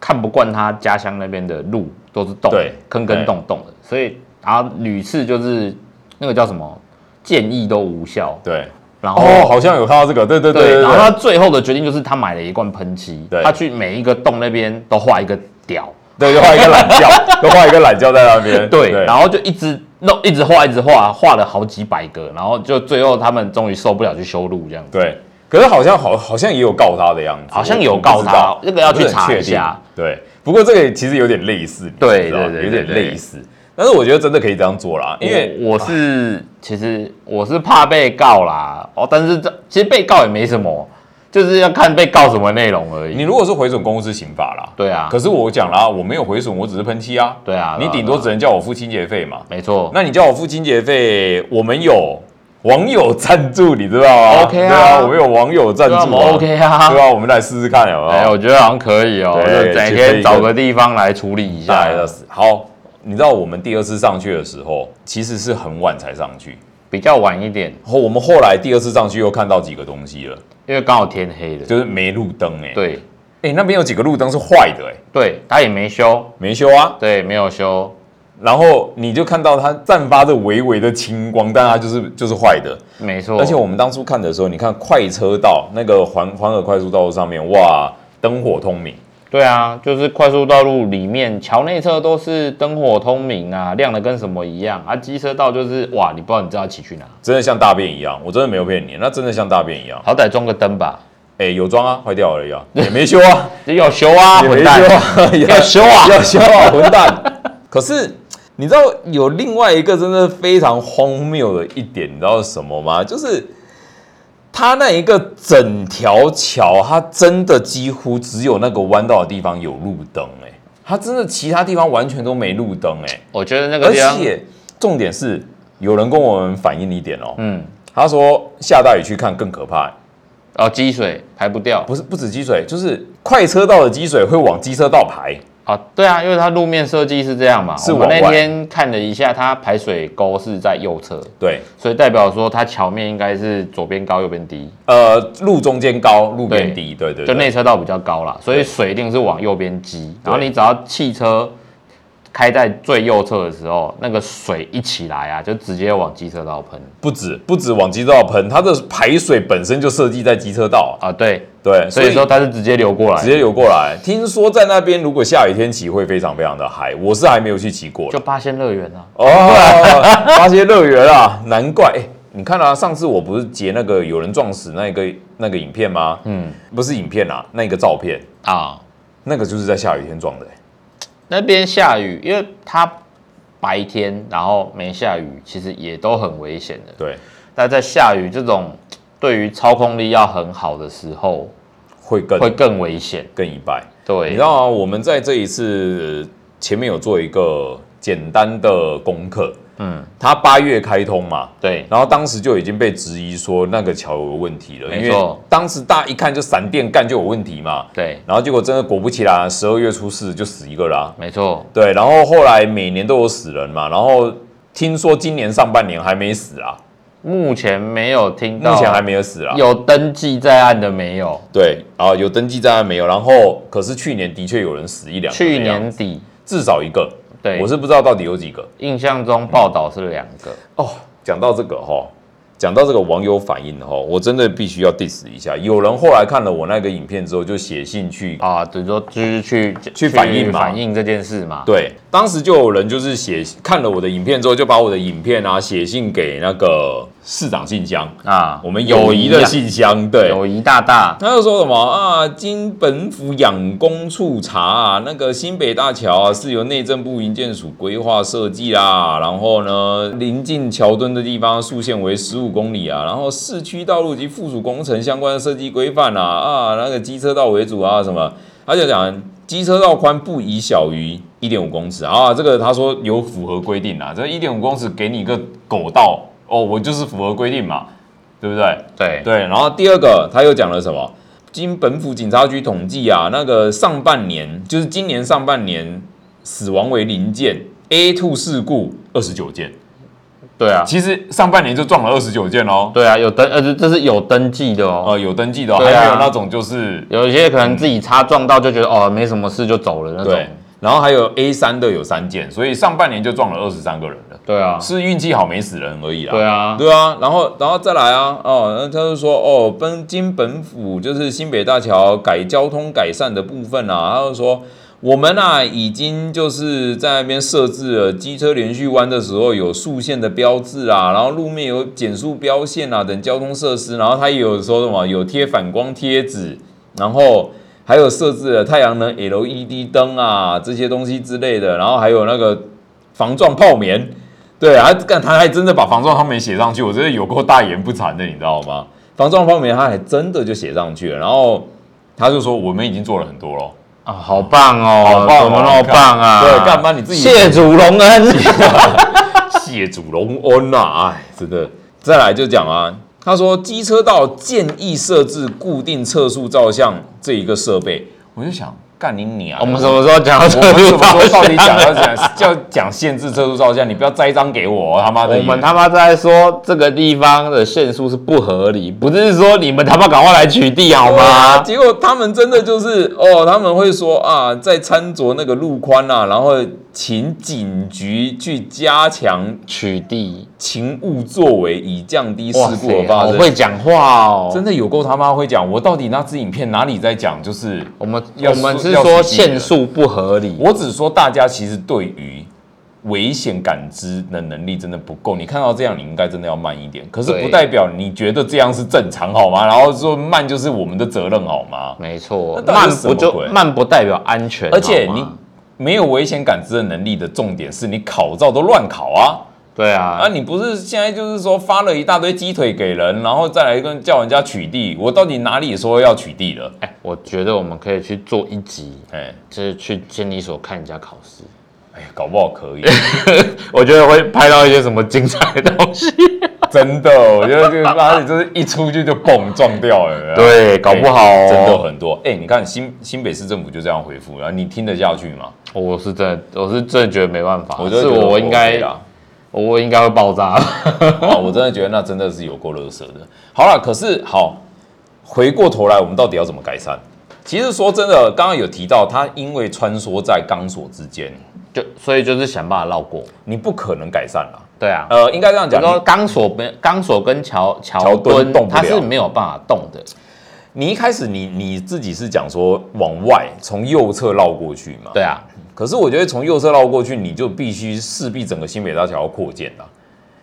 Speaker 2: 看不惯他家乡那边的路都是洞
Speaker 1: 对，
Speaker 2: 坑坑洞洞的，所以然后屡次就是那个叫什么建议都无效，
Speaker 1: 对，
Speaker 2: 然后、
Speaker 1: 哦，好像有看到这个，对对 对
Speaker 2: 对，
Speaker 1: 对
Speaker 2: 然后他最后的决定就是他买了一罐喷漆
Speaker 1: 对，
Speaker 2: 他去每一个洞那边都画一个屌，
Speaker 1: 对，就画一个懒觉，就画一个懒觉在那边。
Speaker 2: 对，然后就一直弄，一直画，一直画，画了好几百个，然后就最后他们终于受不了去修路这样子。
Speaker 1: 对，可是好像好好像也有告他的样子，
Speaker 2: 好像
Speaker 1: 我
Speaker 2: 有
Speaker 1: 我不
Speaker 2: 告
Speaker 1: 知
Speaker 2: 他
Speaker 1: 道
Speaker 2: 这个要
Speaker 1: 我不是
Speaker 2: 去
Speaker 1: 很
Speaker 2: 查一
Speaker 1: 确定
Speaker 2: 下。
Speaker 1: 对，不过这个其实有点类似，你
Speaker 2: 对
Speaker 1: 知道
Speaker 2: 对对
Speaker 1: 有
Speaker 2: 对
Speaker 1: 点
Speaker 2: 对
Speaker 1: 类似。但是我觉得真的可以这样做啦，因为
Speaker 2: 我 我是其实我是怕被告啦，哦，但是这其实被告也没什么，就是要看被告什么内容而
Speaker 1: 你
Speaker 2: 已。
Speaker 1: 如果是毁损公物是刑法啦，
Speaker 2: 对啊
Speaker 1: 可是我讲啦，我没有毁损，我只是喷漆啊。
Speaker 2: 对啊对啊啊
Speaker 1: 你顶多只能叫我付清洁费嘛。
Speaker 2: 没错，
Speaker 1: 那你叫我付清洁费，我们有网友赞助，你知道吗
Speaker 2: OK
Speaker 1: 对
Speaker 2: 啊
Speaker 1: 啊，我们有网友赞助
Speaker 2: 对啊
Speaker 1: 啊、
Speaker 2: 我们 OK 啊哎
Speaker 1: 对。啊，我们来试试看有没有？
Speaker 2: 哎，我觉得好像可以哦，
Speaker 1: 对
Speaker 2: 就整
Speaker 1: 去跟一
Speaker 2: 天
Speaker 1: 个
Speaker 2: 找个地方来处理一下
Speaker 1: 下来。的好，你知道我们第二次上去的时候，其实是很晚才上去。
Speaker 2: 比较晚一点，
Speaker 1: 然后我们后来第二次上去又看到几个东西了，
Speaker 2: 因为刚好天黑了。
Speaker 1: 就是没路灯哎、欸，，
Speaker 2: 对
Speaker 1: 哎、那边有几个路灯是坏的哎、
Speaker 2: 对，他也没修，
Speaker 1: 没修啊。
Speaker 2: 对，没有修，
Speaker 1: 然后你就看到它散发着微微的青光，但它就是就是坏的。
Speaker 2: 没错。
Speaker 1: 而且我们当初看的时候，你看快车道那个环环河快速道路上面，哇，灯火通明。
Speaker 2: 对啊，就是快速道路里面桥内侧都是灯火通明啊，亮的跟什么一样啊。机车道就是哇，你不知道你知道骑去哪，
Speaker 1: 真的像大便一样，我真的没有骗你，那真的像大便一样。
Speaker 2: 好歹装个灯吧，
Speaker 1: 哎、有装啊，坏掉了呀，也没修啊，
Speaker 2: 要修 啊，
Speaker 1: 也没
Speaker 2: 混
Speaker 1: 修
Speaker 2: 蛋，
Speaker 1: 啊，也
Speaker 2: 要修啊，
Speaker 1: 要修啊，混蛋。 可是你知道有另外一个真的非常荒谬的一点，你知道是什么吗？就是它那一个整条桥，它真的几乎只有那个弯道的地方有路灯、哎，它真的其他地方完全都没路灯、哎，
Speaker 2: 我觉得那个
Speaker 1: 而
Speaker 2: 地方，
Speaker 1: 且重点是有人跟我们反映一点哦、
Speaker 2: 嗯，
Speaker 1: 他说下大雨去看更可怕、哎
Speaker 2: 哦，积水排不掉
Speaker 1: 不是不止积水，就是快车道的积水会往机车道排。
Speaker 2: 啊，对啊，因为它路面设计是这样嘛。
Speaker 1: 是
Speaker 2: 我们
Speaker 1: 往
Speaker 2: 那
Speaker 1: 外
Speaker 2: 天看了一下，它排水沟是在右侧，
Speaker 1: 对，
Speaker 2: 所以代表说它桥面应该是左边高右边低，
Speaker 1: 呃，路中间高，路边低，对对对
Speaker 2: 就内车道比较高啦，所以水一定是往右边积。然后你只要汽车开在最右侧的时候，那个水一起来啊，就直接往机车道喷
Speaker 1: 不止不止往机车道喷，它的排水本身就设计在机车道啊，
Speaker 2: 啊。对，
Speaker 1: 对，
Speaker 2: 所以说它是直接流过来，
Speaker 1: 直接流过来。听说在那边如果下雨天骑会非常非常的嗨，我是还没有去骑过
Speaker 2: 就八仙乐园啊。
Speaker 1: 哦，巴西乐园啊，难怪。哎你看啊，上次我不是截那个有人撞死那个那个影片吗？
Speaker 2: 嗯
Speaker 1: 不是影片啊，那个照片，
Speaker 2: 啊，
Speaker 1: 那个就是在下雨天撞的、哎
Speaker 2: 那边下雨，因为它白天然后没下雨，其实也都很危险的。
Speaker 1: 对，
Speaker 2: 但在下雨这种对于操控力要很好的时候，
Speaker 1: 会更
Speaker 2: 会更危险。
Speaker 1: 更一败。你
Speaker 2: 对
Speaker 1: 知，道吗？我们在这一次呃前面有做一个简单的功课，
Speaker 2: 嗯，
Speaker 1: 它八月开通嘛，
Speaker 2: 对，
Speaker 1: 然后当时就已经被质疑说那个桥有问题了，因
Speaker 2: 没
Speaker 1: 为
Speaker 2: 错
Speaker 1: 当时大家一看就闪电干就有问题嘛，
Speaker 2: 对，
Speaker 1: 然后结果真的果不其然，啊十二月初四就死一个啦、
Speaker 2: 没错，
Speaker 1: 对，然后后来每年都有死人嘛，然后听说今年上半年还没死啊，
Speaker 2: 目前没有听到，
Speaker 1: 目前还没有死啊，
Speaker 2: 有登记在案的没有？
Speaker 1: 对啊，有登记在案没有？然后可是去年的确有人死一两个的样
Speaker 2: 去
Speaker 1: 子，
Speaker 2: 年底，
Speaker 1: 至少一个，
Speaker 2: 对，
Speaker 1: 我是不知道到底有几个。
Speaker 2: 印象中报道是两个，
Speaker 1: 哦，讲到这个哈、讲到这个网友反应哈、我真的必须要 diss 一下。有人后来看了我那个影片之后，就写信去。
Speaker 2: 啊，等于说就是去
Speaker 1: 去反映嘛
Speaker 2: 反映这件事嘛，
Speaker 1: 对，当时就有人就是写看了我的影片之后，就把我的影片啊写信给那个市长信箱，
Speaker 2: 啊，
Speaker 1: 我们友谊的信箱，对，
Speaker 2: 友谊啊大大，
Speaker 1: 他就说什么啊，经本府养工处查啊，那个新北大桥啊是由内政部营建署规划设计啦，然后呢，临近桥墩的地方速限为十五公里啊，然后市区道路及附属工程相关的设计规范啊，啊，那个机车道为主啊，什么，他就讲机车道宽不宜小于一点五公尺啊，这个他说有符合规定啊，这一点五公尺给你一个狗道哦，我就是符合规定嘛，对不对？
Speaker 2: 对，
Speaker 1: 对，然后第二个他又讲了什么？经本府警察局统计啊，那个上半年就是今年上半年死亡为零件，A two 事故二十九件，
Speaker 2: 对啊，
Speaker 1: 其实上半年就撞了二十九件哦。
Speaker 2: 对啊，有登，呃，这这是有登记的哦，
Speaker 1: 呃，有登记的哦、
Speaker 2: 对
Speaker 1: 还
Speaker 2: 啊
Speaker 1: 没有那种就是
Speaker 2: 有一些可能自己擦撞到就觉得哦没什么事就走了那种，
Speaker 1: 对，然后还有 A 三的有三件，所以上半年就撞了二十三个人了，
Speaker 2: 对啊，
Speaker 1: 是运气好没死人而已啦。
Speaker 2: 对啊，
Speaker 1: 对啊，然后然后再来啊，哦，那他就说哦，本经本府就是新北大桥改交通改善的部分啊，他就说我们啊已经就是在那边设置了机车连续弯的时候有竖线的标志啊，然后路面有减速标线啊等交通设施，然后他也有说什么有贴反光贴纸，然后。还有设置了太阳能 LED 灯啊，这些东西之类的，然后还有那个防撞泡棉，对啊，干他还真的把防撞泡棉写上去，我觉得有够大言不惭的，你知道吗？防撞泡棉他还真的就写上去了，然后他就说我们已经做了很多了，
Speaker 2: 啊，好棒哦，
Speaker 1: 好棒哦
Speaker 2: 怎么那么棒啊？
Speaker 1: 对干嘛你自己
Speaker 2: 谢主 隆恩，
Speaker 1: 谢主隆恩呐、哎，真的。再来就讲啊，他说机车道建议设置固定测速照相这一个设备，我就想干你娘！
Speaker 2: 我们什么时候讲到
Speaker 1: 我
Speaker 2: 车
Speaker 1: 们什
Speaker 2: 速
Speaker 1: 么时候到底讲要
Speaker 2: 照相
Speaker 1: 讲要讲限制车速照相？你不要栽赃给我他妈的！
Speaker 2: 我们他妈在说这个地方的限速是不合理，不是说你们他妈赶快来取缔好
Speaker 1: 啊，
Speaker 2: 吗？
Speaker 1: 结果他们真的就是哦，他们会说啊，在穿着那个路宽啊，然后请警局去加强
Speaker 2: 取缔，
Speaker 1: 勤务作为，以降低事
Speaker 2: 哇
Speaker 1: 故的
Speaker 2: 塞，
Speaker 1: 发
Speaker 2: 好哦
Speaker 1: 生。
Speaker 2: 会讲话哦！
Speaker 1: 真的有够他妈会讲，我到底那支影片哪里在讲？就是
Speaker 2: 我们
Speaker 1: 要
Speaker 2: 我们
Speaker 1: 速
Speaker 2: 是
Speaker 1: 要
Speaker 2: 说
Speaker 1: 取缔人
Speaker 2: 限速不合理，
Speaker 1: 我只说大家其实对于危险感知的能力真的不够。你看到这样，你应该真的要慢一点。可是
Speaker 2: 对
Speaker 1: 不代表你觉得这样是正常好吗？然后说慢就是我们的责任好吗？
Speaker 2: 没错
Speaker 1: 那，到
Speaker 2: 慢
Speaker 1: 底是什么
Speaker 2: 不就
Speaker 1: 鬼
Speaker 2: 慢不代表安全，
Speaker 1: 而且
Speaker 2: 好
Speaker 1: 你
Speaker 2: 吗
Speaker 1: 没有危险感知的能力的重点是你考照都乱考啊。
Speaker 2: 对
Speaker 1: 啊，
Speaker 2: 啊，
Speaker 1: 你不是现在就是说发了一大堆鸡腿给人，然后再来跟叫人家取缔，我到底哪里说要取缔了？
Speaker 2: 哎，我觉得我们可以去做一集，
Speaker 1: 哎
Speaker 2: 就是去监理所看人家考试，
Speaker 1: 哎，搞不好可以，
Speaker 2: 我觉得会拍到一些什么精彩的东西。
Speaker 1: 真的，我觉得这个妈的就是一出去就蹦撞掉了。有没有
Speaker 2: 对，搞不好
Speaker 1: 哎
Speaker 2: 哦
Speaker 1: 真的很多。哎、你看新新北市政府就这样回复，然后你听得下去吗？
Speaker 2: 我是真的，我是真的觉得没办法，
Speaker 1: 就是觉得啊
Speaker 2: 我应该
Speaker 1: OK 啦
Speaker 2: 我应该会 爆炸。
Speaker 1: 啊，我真的觉得那真的是有够乐色的。好了，可是好，回过头来，我们到底要怎么改善？其实说真的，刚刚有提到，它因为穿梭在钢索之间，
Speaker 2: 就所以就是想办法绕过。
Speaker 1: 你不可能改善啦。
Speaker 2: 对啊，
Speaker 1: 呃，应该这样
Speaker 2: 你
Speaker 1: 讲，
Speaker 2: 说钢索没钢索跟桥
Speaker 1: 桥
Speaker 2: 桥
Speaker 1: 墩
Speaker 2: 墩
Speaker 1: 动不了
Speaker 2: 它是没有办法动的。
Speaker 1: 你你一开始你你自己是讲说往外从右侧绕过去嘛？
Speaker 2: 对啊，
Speaker 1: 可是我觉得从右侧绕过去，你就必须势必整个新北大桥要扩建啦，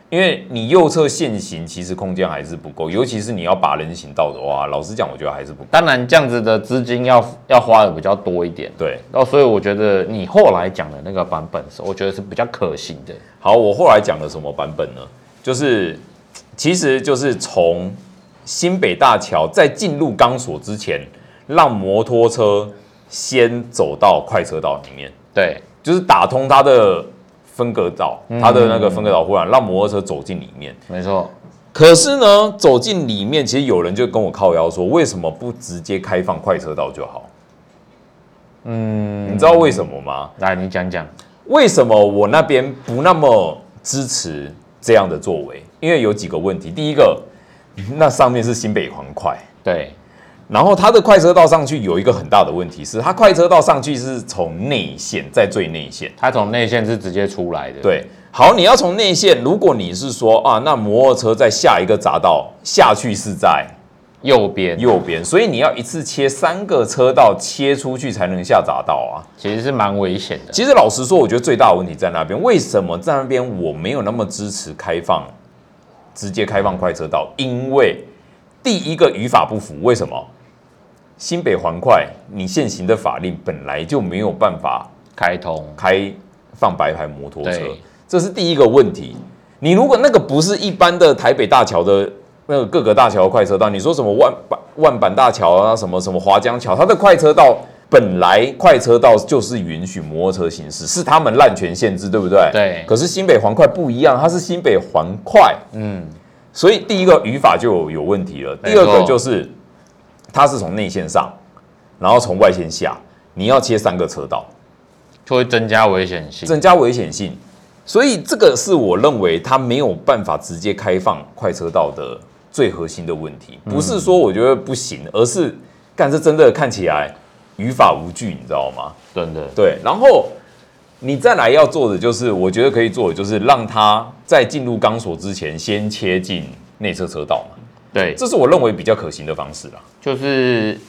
Speaker 1: 因为你右侧限行其实空间还是不够，尤其是你要把人行道的话，老实讲，我觉得还是不够。
Speaker 2: 当然这样子的资金要要花的比较多一点。
Speaker 1: 对，
Speaker 2: 然后所以我觉得你后来讲的那个版本是，我觉得是比较可行的。
Speaker 1: 好，我后来讲的什么版本呢？就是其实就是从新北大桥在进入钢索之前，让摩托车先走到快车道里面，
Speaker 2: 对，
Speaker 1: 就是打通它的分隔岛，它的那个分隔岛护栏，让摩托车走进里面。
Speaker 2: 没错，
Speaker 1: 可是呢，走进里面，其实有人就跟我靠腰说，为什么不直接开放快车道就好？嗯，你知道为什么吗？
Speaker 2: 来你讲讲。
Speaker 1: 为什么我那边不那么支持这样的作为？因为有几个问题。第一个，嗯那上面是新北环快，
Speaker 2: 对，
Speaker 1: 然后它的快车道上去有一个很大的问题是，它快车道上去是从内线，在最内线。
Speaker 2: 它从内线是直接出来的。，
Speaker 1: 对，好，你要从内线，如果你是说啊，那摩托车在下一个匝道下去是在
Speaker 2: 右边
Speaker 1: 右边，所以你要一次切三个车道切出去才能下匝道啊。
Speaker 2: 其实是蛮危险的。
Speaker 1: 其实老实说，我觉得最大的问题在那边，为什么在那边我没有那么支持开放直接开放快车道？因为第一个语法不符，为什么？新北环快，你现行的法令本来就没有办法
Speaker 2: 开通，
Speaker 1: 开放白牌摩托车
Speaker 2: 对，
Speaker 1: 这是第一个问题。你如果那个不是一般的台北大桥的那个各个大桥的快车道，你说什么万板万板大桥啊，什么什么华江桥，它的快车道本来快车道就是允许摩托车行驶，是他们滥权限制，对不对？
Speaker 2: 对
Speaker 1: 可是新北环快不一样，它是新北环快，嗯，所以第一个语法就有有问题了，
Speaker 2: 没
Speaker 1: 第
Speaker 2: 错
Speaker 1: 二个就是它是从内线上，然后从外线下，你要切三个车道。
Speaker 2: 就会增加危险性。
Speaker 1: 增加危险性。所以这个是我认为它没有办法直接开放快车道的最核心的问题，不是说我觉得不行，而是干这真的看起来语法无据，你知道吗？
Speaker 2: 真的，
Speaker 1: 对，然后你再来要做的就是，我觉得可以做的就是让它在进入钢索之前先切进内侧车道嘛，
Speaker 2: 对，
Speaker 1: 这是我认为比较可行的方式啦。
Speaker 2: 就是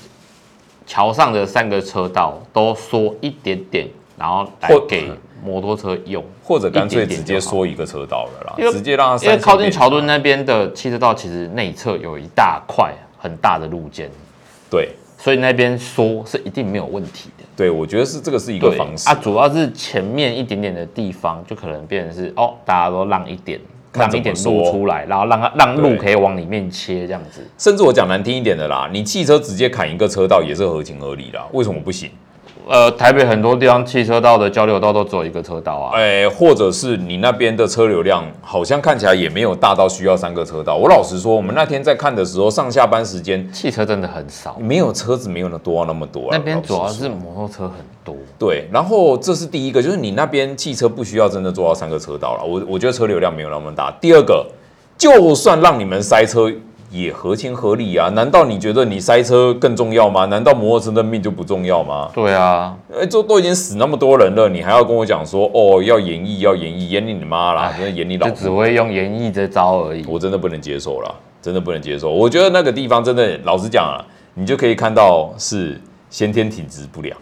Speaker 2: 桥上的三个车道都缩一点点，然后来
Speaker 1: 或
Speaker 2: 给摩托车用，
Speaker 1: 或者干脆
Speaker 2: 一点
Speaker 1: 直
Speaker 2: 点
Speaker 1: 接
Speaker 2: 就好，
Speaker 1: 缩一个车道了
Speaker 2: 因为
Speaker 1: 啦，直接让它
Speaker 2: 因为
Speaker 1: 三线
Speaker 2: 靠近
Speaker 1: 变
Speaker 2: 桥墩那边的汽车道，其实内侧有一大块很大的路肩，
Speaker 1: 对
Speaker 2: 所以那边缩是一定没有问题的。
Speaker 1: 对，我觉得是这个是一个
Speaker 2: 对
Speaker 1: 方式
Speaker 2: 啊，主要是前面一点点的地方，就可能变成是哦，大家都让一点，
Speaker 1: 看
Speaker 2: 让
Speaker 1: 怎
Speaker 2: 一
Speaker 1: 么
Speaker 2: 点
Speaker 1: 说
Speaker 2: 路出来，然后让它让路
Speaker 1: 对
Speaker 2: 可以往里面切这样子。
Speaker 1: 甚至我讲难听一点的啦，你汽车直接砍一个车道也是合情合理的啊，为什么不行？
Speaker 2: 呃，台北很多地方汽车道的交流道都只有一个车道啊。
Speaker 1: 哎、或者是你那边的车流量好像看起来也没有大到需要三个车道。我老实说，我们那天在看的时候，上下班时间
Speaker 2: 汽车真的很少，
Speaker 1: 没有车子没有那多那么多啊。
Speaker 2: 那边
Speaker 1: 老实
Speaker 2: 主
Speaker 1: 说
Speaker 2: 要是摩托车很多。
Speaker 1: 对，然后这是第一个，就是你那边汽车不需要真的做到三个车道了，我我觉得车流量没有那么大。第二个，就算让你们塞车。也合情合理啊？难道你觉得你塞车更重要吗？难道摩托车的命就不重要吗？
Speaker 2: 对啊，
Speaker 1: 哎、都都已经死那么多人了，你还要跟我讲说哦，要演绎，要演绎，演你你妈啦，真的演你老
Speaker 2: 就
Speaker 1: 母
Speaker 2: 只会用演绎这招而已。
Speaker 1: 我真的不能接受了，真的不能接受。我觉得那个地方真的，老实讲啊，你就可以看到是先天体质不良，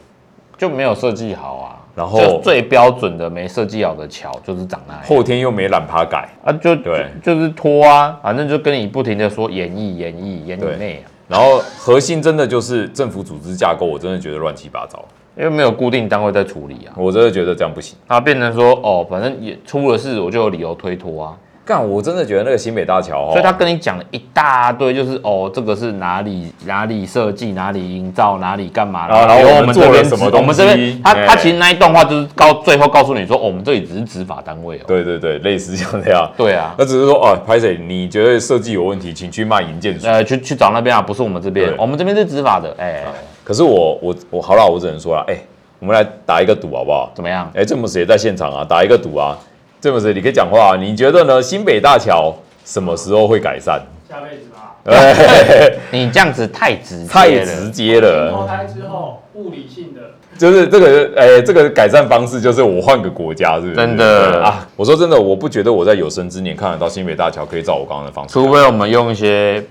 Speaker 2: 就没有设计好啊。
Speaker 1: 然后
Speaker 2: 就最标准的没设计好的桥就是长那样
Speaker 1: 后天又没懒趴改，
Speaker 2: 啊，就
Speaker 1: 对
Speaker 2: 就就是拖啊，反正就跟你不停的说演绎演绎演以内啊，
Speaker 1: 然后核心真的就是政府组织架构，我真的觉得乱七八糟，
Speaker 2: 因为没有固定单位在处理啊，
Speaker 1: 我真的觉得这样不行。
Speaker 2: 那变成说哦，反正也出了事我就有理由推脱啊，
Speaker 1: 干，我真的觉得那个新北大桥哦，
Speaker 2: 所以他跟你讲了一大堆，就是哦这个是哪里哪里设计哪里营造哪里干嘛，
Speaker 1: 啊然后
Speaker 2: 有
Speaker 1: 我们
Speaker 2: 们
Speaker 1: 做了
Speaker 2: 这边
Speaker 1: 什么
Speaker 2: 执
Speaker 1: 东
Speaker 2: 我们这
Speaker 1: 西哎
Speaker 2: 边他他
Speaker 1: 对
Speaker 2: 其实那一段话就是告最后告诉你说、哦、我们这里只是执法单位哦，
Speaker 1: 对对对，类似像这样，
Speaker 2: 对啊，
Speaker 1: 那只是说哦，拍谁？你觉得设计有问题，请去骂银建署。
Speaker 2: 呃，去去找那边啊，不是我们这边
Speaker 1: 对，啊
Speaker 2: 我们这边是执法的，哎、
Speaker 1: 可是我我我好啦，我只能说啦，哎、我们来打一个赌好不好？
Speaker 2: 怎么样？
Speaker 1: 哎、郑姆斯也在现场啊，打一个赌啊，郑姆斯，你可以讲话、啊，你觉得呢？新北大桥什么时候会改善？
Speaker 3: 下辈子吧。
Speaker 1: 哎
Speaker 2: 你这样子太直
Speaker 1: 太
Speaker 2: 接
Speaker 1: 直
Speaker 2: 了，
Speaker 1: 接
Speaker 3: 投
Speaker 1: 了，
Speaker 3: 胎之后，物理性的
Speaker 1: 就是这个，哎、这个改善方式就是我换个国家，是不是？
Speaker 2: 真的
Speaker 1: 对啊！我说真的，我不觉得我在有生之年看得到新北大桥可以照我刚刚的方式，
Speaker 2: 除非我们用一些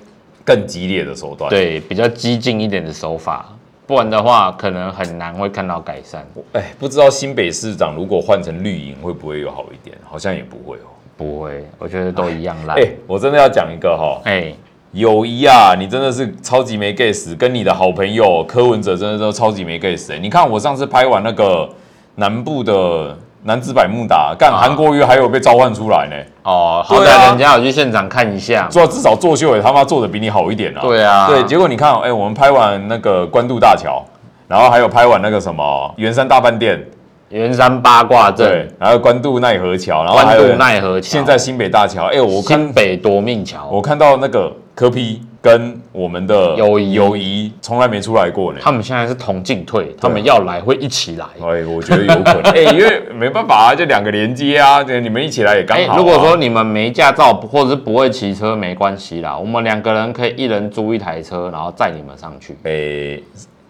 Speaker 1: 更激烈的手段。，
Speaker 2: 对比较激进一点的手法，不然的话可能很难会看到改善。
Speaker 1: 哎、不知道新北市长如果换成绿营会不会有好一点？好像也不会哦。
Speaker 2: 不会，我觉得都一样烂
Speaker 1: 哎、。我真的要讲一个哈、
Speaker 2: 哎，
Speaker 1: 友谊啊，你真的是超级没 gas，跟你的好朋友柯文哲真的都超级没 gas、欸。你看我上次拍完那个南部的南子百慕达，干
Speaker 2: 啊
Speaker 1: 韩国瑜还有被召唤出来呢、
Speaker 2: 哦，好
Speaker 1: 对啊
Speaker 2: 歹人家有去现场看一下。
Speaker 1: 做至少作秀也他妈做的比你好一点啊。
Speaker 2: 对啊，
Speaker 1: 对，结果你看，哎、我们拍完那个关渡大桥，然后还有拍完那个什么圆山大饭店，
Speaker 2: 圆山八卦
Speaker 1: 对
Speaker 2: 阵、，
Speaker 1: 然后关渡奈何桥，然后还
Speaker 2: 关
Speaker 1: 有
Speaker 2: 渡奈何桥，
Speaker 1: 现在新北大桥，哎、我看
Speaker 2: 新北夺命
Speaker 1: 我
Speaker 2: 桥，
Speaker 1: 看到那个柯批跟我们的
Speaker 2: 友谊
Speaker 1: 友谊从来没出来过呢。
Speaker 2: 他们现在是同进退，他们要来会一起来。
Speaker 1: 哎，我觉得有 可能，哎、因为没办法啊，就两个连接啊，对你们一起来也刚
Speaker 2: 哎、
Speaker 1: 好啊、
Speaker 2: 如果说你们没驾照或者是不会骑车，没关系啦，我们两个人可以一人租一台车，然后载你们上去。
Speaker 1: 哎、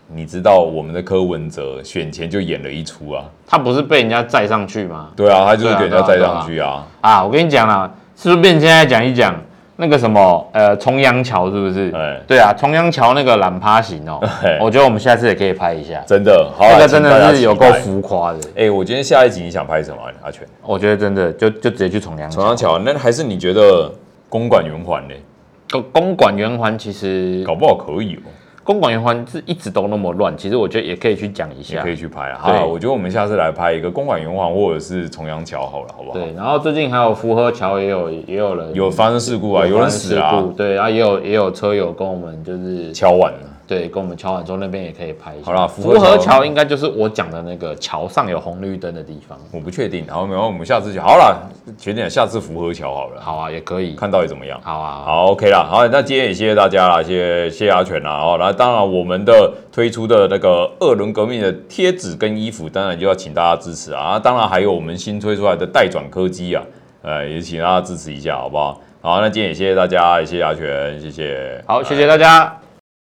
Speaker 1: 你知道我们的柯文哲选前就演了一出啊，
Speaker 2: 他不是被人家载上去吗？
Speaker 1: 对啊，他就是给人家
Speaker 2: 对啊
Speaker 1: 载上去啊，
Speaker 2: 啊，我跟你讲啦，顺便现在讲一讲那个什么呃重阳桥是不是？
Speaker 1: 哎
Speaker 2: 对啊，重阳桥那个懒趴型哦、
Speaker 1: 哎
Speaker 2: 我觉得我们下次也可以拍一下，
Speaker 1: 真的，好啊，
Speaker 2: 那个真
Speaker 1: 请大
Speaker 2: 的
Speaker 1: 家
Speaker 2: 是
Speaker 1: 期
Speaker 2: 有够
Speaker 1: 待。
Speaker 2: 浮夸的。
Speaker 1: 哎、我今天下一集你想拍什么、啊？阿全，
Speaker 2: 我觉得真的就就直接去重阳
Speaker 1: 重
Speaker 2: 桥。
Speaker 1: 阳桥，那还是你觉得公馆圆环呢？
Speaker 2: 公公馆圆环其实
Speaker 1: 搞不好可以哦、
Speaker 2: 公馆圆环是一直都那么乱，其实我觉得也可以去讲一
Speaker 1: 也
Speaker 2: 下
Speaker 1: 可。以去拍啊。好
Speaker 2: 对
Speaker 1: 啊，我觉得我们下次来拍一个公馆圆环或者是重阳桥好了，好不好？
Speaker 2: 对，然后最近还有福和桥也有也有人
Speaker 1: 有发生事故啊，有人死
Speaker 2: 事
Speaker 1: 啊
Speaker 2: 故，对，然后也有也有车友跟我们就是
Speaker 1: 敲碗了。
Speaker 2: 对跟我们敲碗说那边也可以拍一下。
Speaker 1: 好啦福
Speaker 2: 福
Speaker 1: 和桥
Speaker 2: 和桥应该就是我讲的那个桥上有红绿灯的地方。
Speaker 1: 我不确定，然后没有，我们下次就好了，决定了下次符合桥好了，
Speaker 2: 好啊，也可以。
Speaker 1: 看到底怎么样。
Speaker 2: 好啊，
Speaker 1: 好，OK 啦，好，那今天也谢谢大家啦，谢谢谢谢阿全啦，哦，那当然我们的推出的那个二轮革命的贴纸跟衣服，当然就要请大家支持啊，那当然还有我们新推出来的代转科技啊，呃，也请大家支持一下，好不好？好，那今天也谢谢大家，也谢谢阿全，谢谢，
Speaker 2: 好，谢谢大家，